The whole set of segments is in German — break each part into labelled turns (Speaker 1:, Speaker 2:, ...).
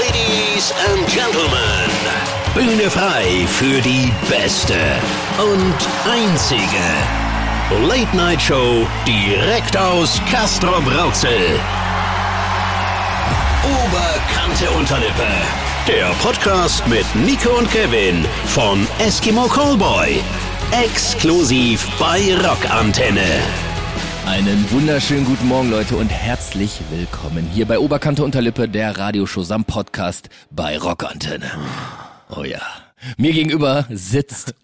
Speaker 1: Ladies and Gentlemen, Bühne frei für die beste und einzige Late Night Show direkt aus Castro Brauxel. Oberkante Unterlippe. Der Podcast mit Nico und Kevin von Eskimo Callboy. Exklusiv bei Rock Antenne.
Speaker 2: Einen wunderschönen guten Morgen, Leute, und herzlich willkommen hier bei Oberkante Unterlippe, der Radioshow samt Podcast bei Rockantenne. Oh ja. Mir gegenüber sitzt,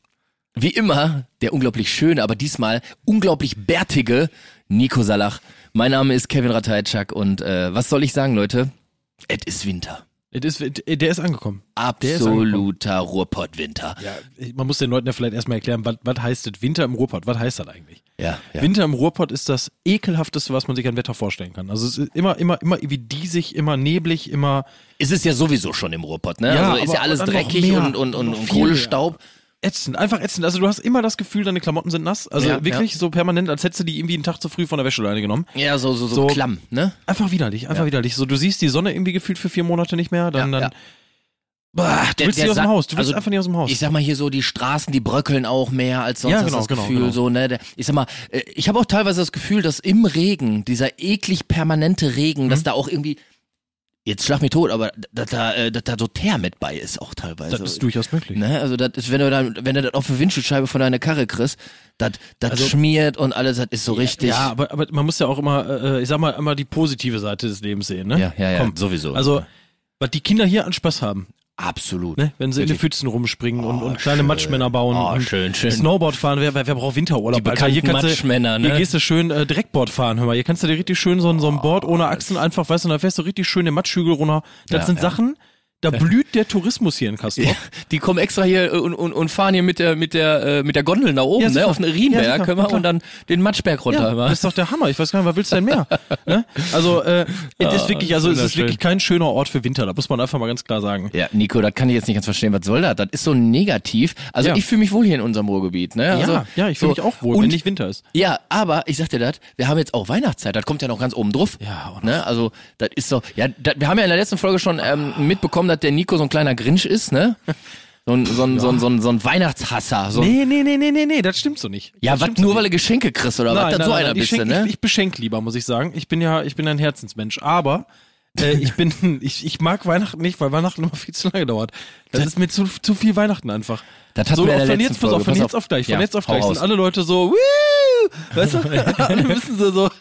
Speaker 2: wie immer, der unglaublich schöne, aber diesmal unglaublich bärtige Nico Salach. Mein Name ist Kevin Ratajczak und äh, was soll ich sagen, Leute? Es ist Winter.
Speaker 3: It is, it, der ist angekommen.
Speaker 2: Ah.
Speaker 3: Ah, Der ist angekommen.
Speaker 2: Absoluter Ruhrpottwinter.
Speaker 3: Ja, man muss den Leuten ja vielleicht erstmal erklären, was, was heißt das Winter im Ruhrpott? Was heißt das eigentlich?
Speaker 2: Ja, ja.
Speaker 3: Winter im Ruhrpott ist das ekelhafteste, was man sich an Wetter vorstellen kann. Also es ist immer, immer, immer wie diesig, immer neblig, immer
Speaker 2: Es ist ja sowieso schon im Ruhrpott, ne?
Speaker 3: Ja,
Speaker 2: also ist
Speaker 3: aber
Speaker 2: ja alles
Speaker 3: dann noch
Speaker 2: dreckig
Speaker 3: mehr,
Speaker 2: und, und, und,
Speaker 3: noch
Speaker 2: und
Speaker 3: viel
Speaker 2: Kohlestaub.
Speaker 3: ätzend, einfach ätzend. Also du hast immer das Gefühl, deine Klamotten sind nass. Also
Speaker 2: Ja,
Speaker 3: wirklich so permanent, als hättest du die irgendwie einen Tag zu früh von der Wäscheleine genommen.
Speaker 2: Ja, so, so, so,
Speaker 3: So.
Speaker 2: klamm, ne?
Speaker 3: Einfach widerlich, einfach widerlich. So, du siehst die Sonne irgendwie gefühlt für vier Monate nicht mehr, dann,
Speaker 2: Ja,
Speaker 3: dann
Speaker 2: ja.
Speaker 3: Bah, du
Speaker 2: Der-
Speaker 3: willst
Speaker 2: der
Speaker 3: nicht aus dem
Speaker 2: Sa-
Speaker 3: Haus, du willst
Speaker 2: also
Speaker 3: einfach nicht aus dem Haus.
Speaker 2: Ich sag mal hier so, die Straßen, die bröckeln auch mehr als sonst.
Speaker 3: Ja,
Speaker 2: hast du
Speaker 3: genau,
Speaker 2: das
Speaker 3: genau,
Speaker 2: Gefühl,
Speaker 3: genau.
Speaker 2: So, ne? Der- Ich sag mal, äh, ich habe auch teilweise das Gefühl, dass im Regen, dieser eklig permanente Regen,
Speaker 3: Mhm.
Speaker 2: dass da auch irgendwie, jetzt schlag mich tot, aber dass da, äh, dass da so Teer mit bei ist auch teilweise.
Speaker 3: das ist durchaus möglich.
Speaker 2: Ne? Also das ist, wenn du dann, wenn du das auf die Windschutzscheibe von deiner Karre kriegst, das das schmiert und alles, das ist so richtig.
Speaker 3: Also Ja, aber, aber man muss ja auch immer, äh, ich sag mal, immer die positive Seite des Lebens sehen, ne?
Speaker 2: ja, ja, ja
Speaker 3: Komm.
Speaker 2: sowieso.
Speaker 3: Also, was die Kinder hier an Spaß haben,
Speaker 2: absolut.
Speaker 3: ne? wenn sie in die
Speaker 2: Wirklich.
Speaker 3: Pfützen rumspringen und, und kleine Matschmänner bauen
Speaker 2: Oh,
Speaker 3: und
Speaker 2: schön, schön.
Speaker 3: Snowboard fahren, wer, wer, wer braucht Winterurlaub?
Speaker 2: Die
Speaker 3: Alter?
Speaker 2: bekannten Matschmänner, ne? Oh,
Speaker 3: Hier gehst du schön äh, Direktboard fahren, hör mal. Hier kannst du dir richtig schön so ein, so ein Board ohne Achsen einfach, weißt du, da fährst du richtig schön den Matschhügel runter. Das
Speaker 2: Ja,
Speaker 3: sind
Speaker 2: ja.
Speaker 3: Sachen, da blüht der Tourismus hier in Kassel.
Speaker 2: Ja, die kommen extra hier äh, und, und, und fahren hier mit der mit der äh, mit der Gondel nach oben,
Speaker 3: Ja,
Speaker 2: ne,
Speaker 3: sicher.
Speaker 2: auf den Rienberg
Speaker 3: Ja, sicher,
Speaker 2: können wir,
Speaker 3: klar.
Speaker 2: und dann den Matschberg runter.
Speaker 3: Ja,
Speaker 2: immer.
Speaker 3: das ist doch der Hammer. Ich weiß gar nicht, was willst du denn mehr? ne? Also, äh, es ist wirklich, also es ist
Speaker 2: wunderschön.
Speaker 3: wirklich kein schöner Ort für Winter. Da muss man einfach mal ganz klar sagen.
Speaker 2: Ja, Nico, das kann ich jetzt nicht ganz verstehen. Was soll das? Das ist so negativ. Also
Speaker 3: Ja.
Speaker 2: ich fühle mich wohl hier in unserem Ruhrgebiet. Ne? Also,
Speaker 3: ja, ja, ich fühle
Speaker 2: so.
Speaker 3: mich auch wohl,
Speaker 2: Und,
Speaker 3: wenn nicht Winter ist.
Speaker 2: Ja, aber ich sag dir das, wir haben jetzt auch Weihnachtszeit. Das kommt ja noch ganz oben drauf.
Speaker 3: Ja, auch noch.
Speaker 2: ne? Also das ist so. Ja, das, wir haben ja in der letzten Folge schon ähm, mitbekommen, dass der Nico so ein kleiner Grinch ist, ne? So ein, so ein, so ein, so ein, so ein Weihnachtshasser. So ein,
Speaker 3: Nee, nee, nee, nee, nee, nee, das stimmt so nicht.
Speaker 2: ja,
Speaker 3: das
Speaker 2: was
Speaker 3: stimmt so
Speaker 2: nur
Speaker 3: nicht.
Speaker 2: weil du Geschenke kriegst oder was?
Speaker 3: Nein,
Speaker 2: Das
Speaker 3: nein,
Speaker 2: so
Speaker 3: nein,
Speaker 2: einer
Speaker 3: nein, ich
Speaker 2: bist du,
Speaker 3: schenk-
Speaker 2: ne?
Speaker 3: Ich, ich beschenk lieber, muss ich sagen. Ich bin ja, ich bin ein Herzensmensch. Aber äh, ich bin, ich, ich mag Weihnachten nicht, weil Weihnachten immer viel zu lange dauert. Das, ist mir zu, zu viel Weihnachten einfach.
Speaker 2: Das hatten
Speaker 3: so,
Speaker 2: wir in der
Speaker 3: von
Speaker 2: letzten
Speaker 3: jetzt, pass auf,
Speaker 2: Folge.
Speaker 3: von
Speaker 2: Pass
Speaker 3: jetzt
Speaker 2: auf.
Speaker 3: auf gleich, von
Speaker 2: Ja,
Speaker 3: jetzt auf
Speaker 2: hau
Speaker 3: gleich
Speaker 2: raus.
Speaker 3: sind alle Leute so, Woo! weißt du, alle wissen so, so.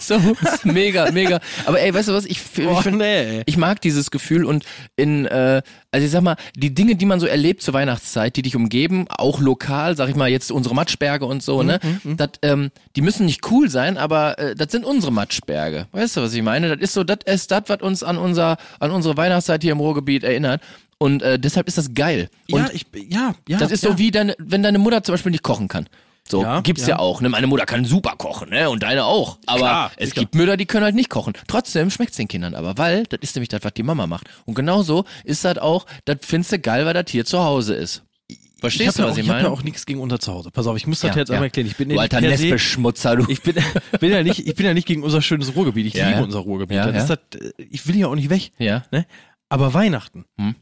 Speaker 2: So, ist mega, mega. Aber ey, weißt du was? Ich, f- ich,
Speaker 3: Boah,
Speaker 2: find,
Speaker 3: nee.
Speaker 2: ich mag dieses Gefühl und in, äh, also ich sag mal, die Dinge, die man so erlebt zur Weihnachtszeit, die dich umgeben, auch lokal, sag ich mal, jetzt unsere Matschberge und so, ne?
Speaker 3: Mhm,
Speaker 2: Dat, ähm, die müssen nicht cool sein, aber äh, das sind unsere Matschberge. Weißt du, was ich meine? Das ist so, das ist das, was uns an unser, an unsere Weihnachtszeit hier im Ruhrgebiet erinnert. Und äh, deshalb ist das geil. Und
Speaker 3: ja, ich, ja, ja.
Speaker 2: das ist
Speaker 3: ja.
Speaker 2: so wie deine, wenn deine Mutter zum Beispiel nicht kochen kann. So,
Speaker 3: Ja,
Speaker 2: gibt's ja,
Speaker 3: ja.
Speaker 2: auch. Ne? Meine Mutter kann super kochen, ne? Und deine auch. Aber
Speaker 3: Klar,
Speaker 2: es
Speaker 3: sicher.
Speaker 2: gibt Mütter, die können halt nicht kochen. Trotzdem schmeckt's den Kindern aber, weil das ist nämlich das, was die Mama macht. Und genauso ist das auch, das findest du geil, weil das hier zu Hause ist.
Speaker 3: Ich
Speaker 2: Verstehst du,
Speaker 3: habe ja,
Speaker 2: was
Speaker 3: auch-
Speaker 2: ich
Speaker 3: ich hab
Speaker 2: meine?
Speaker 3: ja auch nichts gegen unser Zuhause. Pass auf, ich muss das
Speaker 2: Ja,
Speaker 3: jetzt
Speaker 2: ja.
Speaker 3: einmal erklären. Ich bin
Speaker 2: du
Speaker 3: ja
Speaker 2: alter
Speaker 3: nicht per se-
Speaker 2: Nestbeschmutzer, du.
Speaker 3: Ich bin, bin ja nicht, ich bin ja nicht gegen unser schönes Ruhrgebiet. Ich
Speaker 2: Ja,
Speaker 3: liebe
Speaker 2: ja.
Speaker 3: unser Ruhrgebiet.
Speaker 2: Ja,
Speaker 3: das
Speaker 2: ja.
Speaker 3: Ist das, äh, ich will ja auch nicht weg.
Speaker 2: ja.
Speaker 3: Ne? Aber Weihnachten.
Speaker 2: Hm.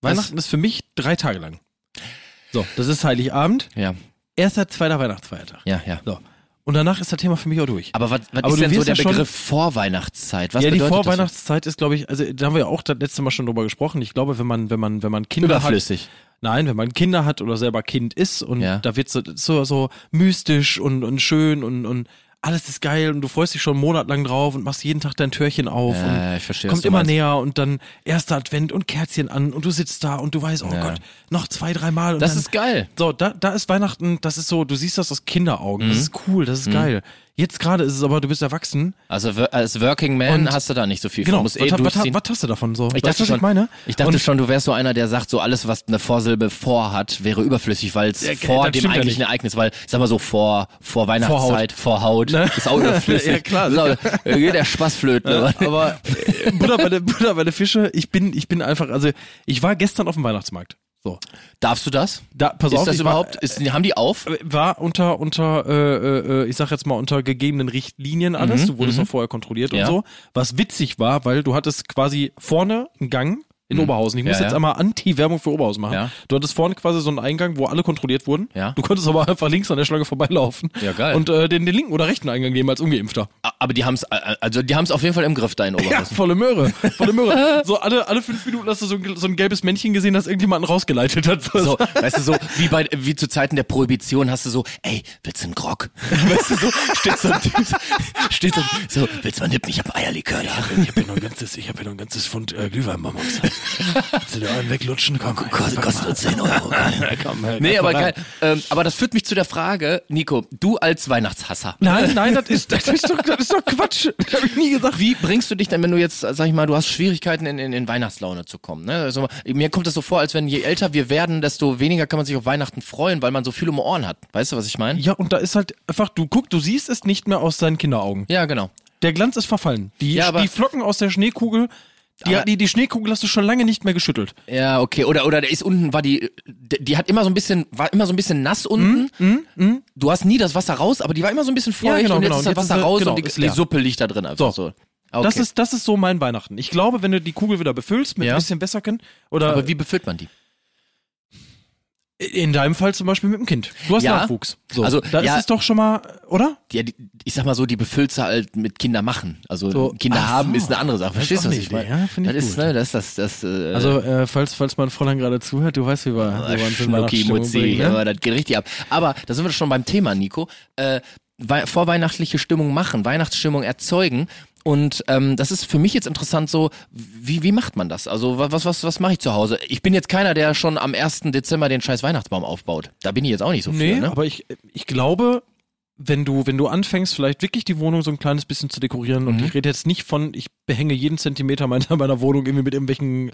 Speaker 3: Weihnachten ist für mich drei Tage lang. So, das ist Heiligabend,
Speaker 2: Ja,
Speaker 3: erster, zweiter Weihnachtsfeiertag.
Speaker 2: ja, ja.
Speaker 3: So. Und danach ist das Thema für mich auch durch.
Speaker 2: Aber was, was
Speaker 3: Aber
Speaker 2: ist
Speaker 3: du
Speaker 2: denn so
Speaker 3: wirst
Speaker 2: der
Speaker 3: ja schon-
Speaker 2: Begriff Vorweihnachtszeit? Was
Speaker 3: ja, die
Speaker 2: bedeutet das?
Speaker 3: Vorweihnachtszeit ist, glaube ich, also da haben wir ja auch das letzte Mal schon drüber gesprochen. Ich glaube, wenn man, wenn man, wenn man Kinder
Speaker 2: Überflüssig.
Speaker 3: hat, nein, wenn man Kinder hat oder selber Kind ist und
Speaker 2: Ja.
Speaker 3: da wird so, so, so mystisch und, und schön und, und alles ist geil und du freust dich schon einen Monat lang drauf und machst jeden Tag dein Türchen auf
Speaker 2: Ja,
Speaker 3: und
Speaker 2: ja, ich verstehe, was
Speaker 3: kommt
Speaker 2: du
Speaker 3: immer
Speaker 2: meinst.
Speaker 3: näher und dann erster Advent und Kerzchen an und du sitzt da und du weißt, oh
Speaker 2: Ja.
Speaker 3: Gott, noch zwei, dreimal. und
Speaker 2: Das
Speaker 3: dann-
Speaker 2: ist geil.
Speaker 3: so, da, da ist Weihnachten, das ist so, du siehst das aus Kinderaugen,
Speaker 2: Mhm.
Speaker 3: das ist cool, das ist geil. Jetzt gerade ist es aber, du bist erwachsen.
Speaker 2: Also wor- als Working Man
Speaker 3: Und-
Speaker 2: hast du da nicht so viel
Speaker 3: Genau,
Speaker 2: von.
Speaker 3: was,
Speaker 2: Musst eh
Speaker 3: ha- was, ha-
Speaker 2: durchziehen.
Speaker 3: was hast du davon so?
Speaker 2: Ich
Speaker 3: Weißt
Speaker 2: dachte,
Speaker 3: du, was
Speaker 2: schon,
Speaker 3: ich meine?
Speaker 2: ich dachte
Speaker 3: Und-
Speaker 2: schon, du wärst so einer, der sagt, so alles, was eine Vorsilbe vor hat, wäre überflüssig, weil es
Speaker 3: Ja,
Speaker 2: vor
Speaker 3: das
Speaker 2: dem
Speaker 3: stimmt ja
Speaker 2: eigentlichen
Speaker 3: nicht.
Speaker 2: Ereignis, weil, sag mal so, vor, vor Weihnachtszeit, vor Haut, ist auch überflüssig.
Speaker 3: Ne? Ja, klar,
Speaker 2: Ist auch- äh, geht der Spaß flöten. oder?
Speaker 3: aber äh, Buddha bei, der, Buddha bei der Fische, ich bin, ich bin einfach, also ich war gestern auf dem Weihnachtsmarkt. So.
Speaker 2: Darfst du das?
Speaker 3: Da, pass
Speaker 2: ist
Speaker 3: auf,
Speaker 2: das
Speaker 3: ich war-
Speaker 2: überhaupt, ist, haben die auf?
Speaker 3: war unter unter äh, äh, ich sag jetzt mal unter gegebenen Richtlinien alles. du wurdest auch vorher kontrolliert
Speaker 2: Mhm, Ja.
Speaker 3: und so. Was witzig war, weil du hattest quasi vorne einen Gang, in Oberhausen. Ich muss
Speaker 2: Mhm. Ja,
Speaker 3: jetzt
Speaker 2: ja.
Speaker 3: einmal Anti-Werbung für Oberhausen machen.
Speaker 2: Ja.
Speaker 3: Du hattest vorne quasi so einen Eingang, wo alle kontrolliert wurden.
Speaker 2: Ja.
Speaker 3: Du konntest aber einfach links an der Schlange vorbeilaufen.
Speaker 2: Ja, geil.
Speaker 3: Und äh, den, den linken oder rechten Eingang nehmen als Ungeimpfter.
Speaker 2: A- Aber die haben es, also die haben es auf jeden Fall im Griff da in
Speaker 3: Ja,
Speaker 2: Oberhausen.
Speaker 3: volle Möhre. Volle Möhre. So alle, alle fünf Minuten hast du so ein, so ein gelbes Männchen gesehen, das irgendjemanden rausgeleitet hat.
Speaker 2: So, weißt du, so wie bei wie zu Zeiten der Prohibition hast du so, ey, willst du einen Grog? Weißt du, so steht so ein Typ, steht so, so willst du mal nippen? Ich hab Eierlikör da.
Speaker 4: Ich habe hier noch ein ganzes, ich habe hier noch ein ganzes Pfund äh, Glühwein beim Boxer. Willst du dir einen weglutschen? Komm, komm, komm.
Speaker 2: Kostet, kostet nur 10 Euro.
Speaker 4: komm halt,
Speaker 2: Nee,
Speaker 4: lass
Speaker 2: aber
Speaker 4: mal
Speaker 2: geil.
Speaker 4: rein.
Speaker 2: Ähm, aber das führt mich zu der Frage, Nico, du als Weihnachtshasser.
Speaker 3: Nein, nein, das ist, das ist, doch, das ist doch Quatsch. Das habe ich nie gesagt.
Speaker 2: Wie bringst du dich denn, wenn du jetzt, sag ich mal, du hast Schwierigkeiten in, in, in Weihnachtslaune zu kommen? Ne? Also, mir kommt das so vor, als wenn je älter wir werden, desto weniger kann man sich auf Weihnachten freuen, weil man so viel um die Ohren hat. Weißt du, was ich meine?
Speaker 3: Ja, und da ist halt einfach, du guck, du siehst es nicht mehr aus seinen Kinderaugen.
Speaker 2: Ja, genau.
Speaker 3: Der Glanz ist verfallen. Die,
Speaker 2: Ja, aber-
Speaker 3: die Flocken aus der Schneekugel, die,
Speaker 2: Aber-
Speaker 3: die, die Schneekugel hast du schon lange nicht mehr geschüttelt.
Speaker 2: Ja, okay. Oder, oder der ist unten, war die, die die hat immer so ein bisschen, war immer so ein bisschen nass unten. Du hast nie das Wasser raus, aber die war immer so ein bisschen feucht
Speaker 3: Hm, Ja, genau,
Speaker 2: und jetzt
Speaker 3: genau.
Speaker 2: ist
Speaker 3: Und
Speaker 2: das
Speaker 3: jetzt
Speaker 2: Wasser
Speaker 3: ist sie-
Speaker 2: raus
Speaker 3: genau,
Speaker 2: und die,
Speaker 3: ist
Speaker 2: die
Speaker 3: leer.
Speaker 2: Suppe liegt da drin einfach so.
Speaker 3: So.
Speaker 2: Ah, Okay.
Speaker 3: Das, ist, das ist so mein Weihnachten. Ich glaube, wenn du die Kugel wieder befüllst mit
Speaker 2: Ja.
Speaker 3: ein bisschen Wässerchen oder
Speaker 2: aber wie befüllt man die?
Speaker 3: in deinem Fall zum Beispiel mit dem Kind. Du hast
Speaker 2: Ja.
Speaker 3: Nachwuchs. So.
Speaker 2: Also,
Speaker 3: da
Speaker 2: ja.
Speaker 3: ist es doch schon mal, oder?
Speaker 2: Ja, die, ich sag mal so, die befüllt sie halt mit Kinder machen. Also
Speaker 3: So.
Speaker 2: Kinder
Speaker 3: Ach
Speaker 2: haben
Speaker 3: so.
Speaker 2: ist eine andere Sache. Verstehst
Speaker 3: ist
Speaker 2: du,
Speaker 3: auch
Speaker 2: was
Speaker 3: eine
Speaker 2: ich
Speaker 3: Idee.
Speaker 2: meine?
Speaker 3: Ja, find ich
Speaker 2: das ist,
Speaker 3: gut.
Speaker 2: ne, das, das, das, äh,
Speaker 3: Also, äh, falls, falls mein Fräulein gerade zuhört, du weißt, wie wir, wir waren für
Speaker 2: Schnucki,
Speaker 3: Weihnachtsstimmung
Speaker 2: Mutzi,
Speaker 3: bringen, ne?
Speaker 2: aber das geht richtig ab. Aber da sind wir schon beim Thema, Nico. Äh, wei- vorweihnachtliche Stimmung machen, Weihnachtsstimmung erzeugen. Und ähm, das ist für mich jetzt interessant so, wie, wie macht man das? Also wa- was, was, was mache ich zu Hause? Ich bin jetzt keiner, der schon am 1. Dezember den scheiß Weihnachtsbaum aufbaut. Da bin ich jetzt auch nicht so
Speaker 3: Nee,
Speaker 2: viel, ne?
Speaker 3: aber ich, ich glaube, wenn du, wenn du anfängst, vielleicht wirklich die Wohnung so ein kleines bisschen zu dekorieren,
Speaker 2: Mhm.
Speaker 3: und ich rede jetzt nicht von, ich behänge jeden Zentimeter meiner, meiner Wohnung irgendwie mit irgendwelchen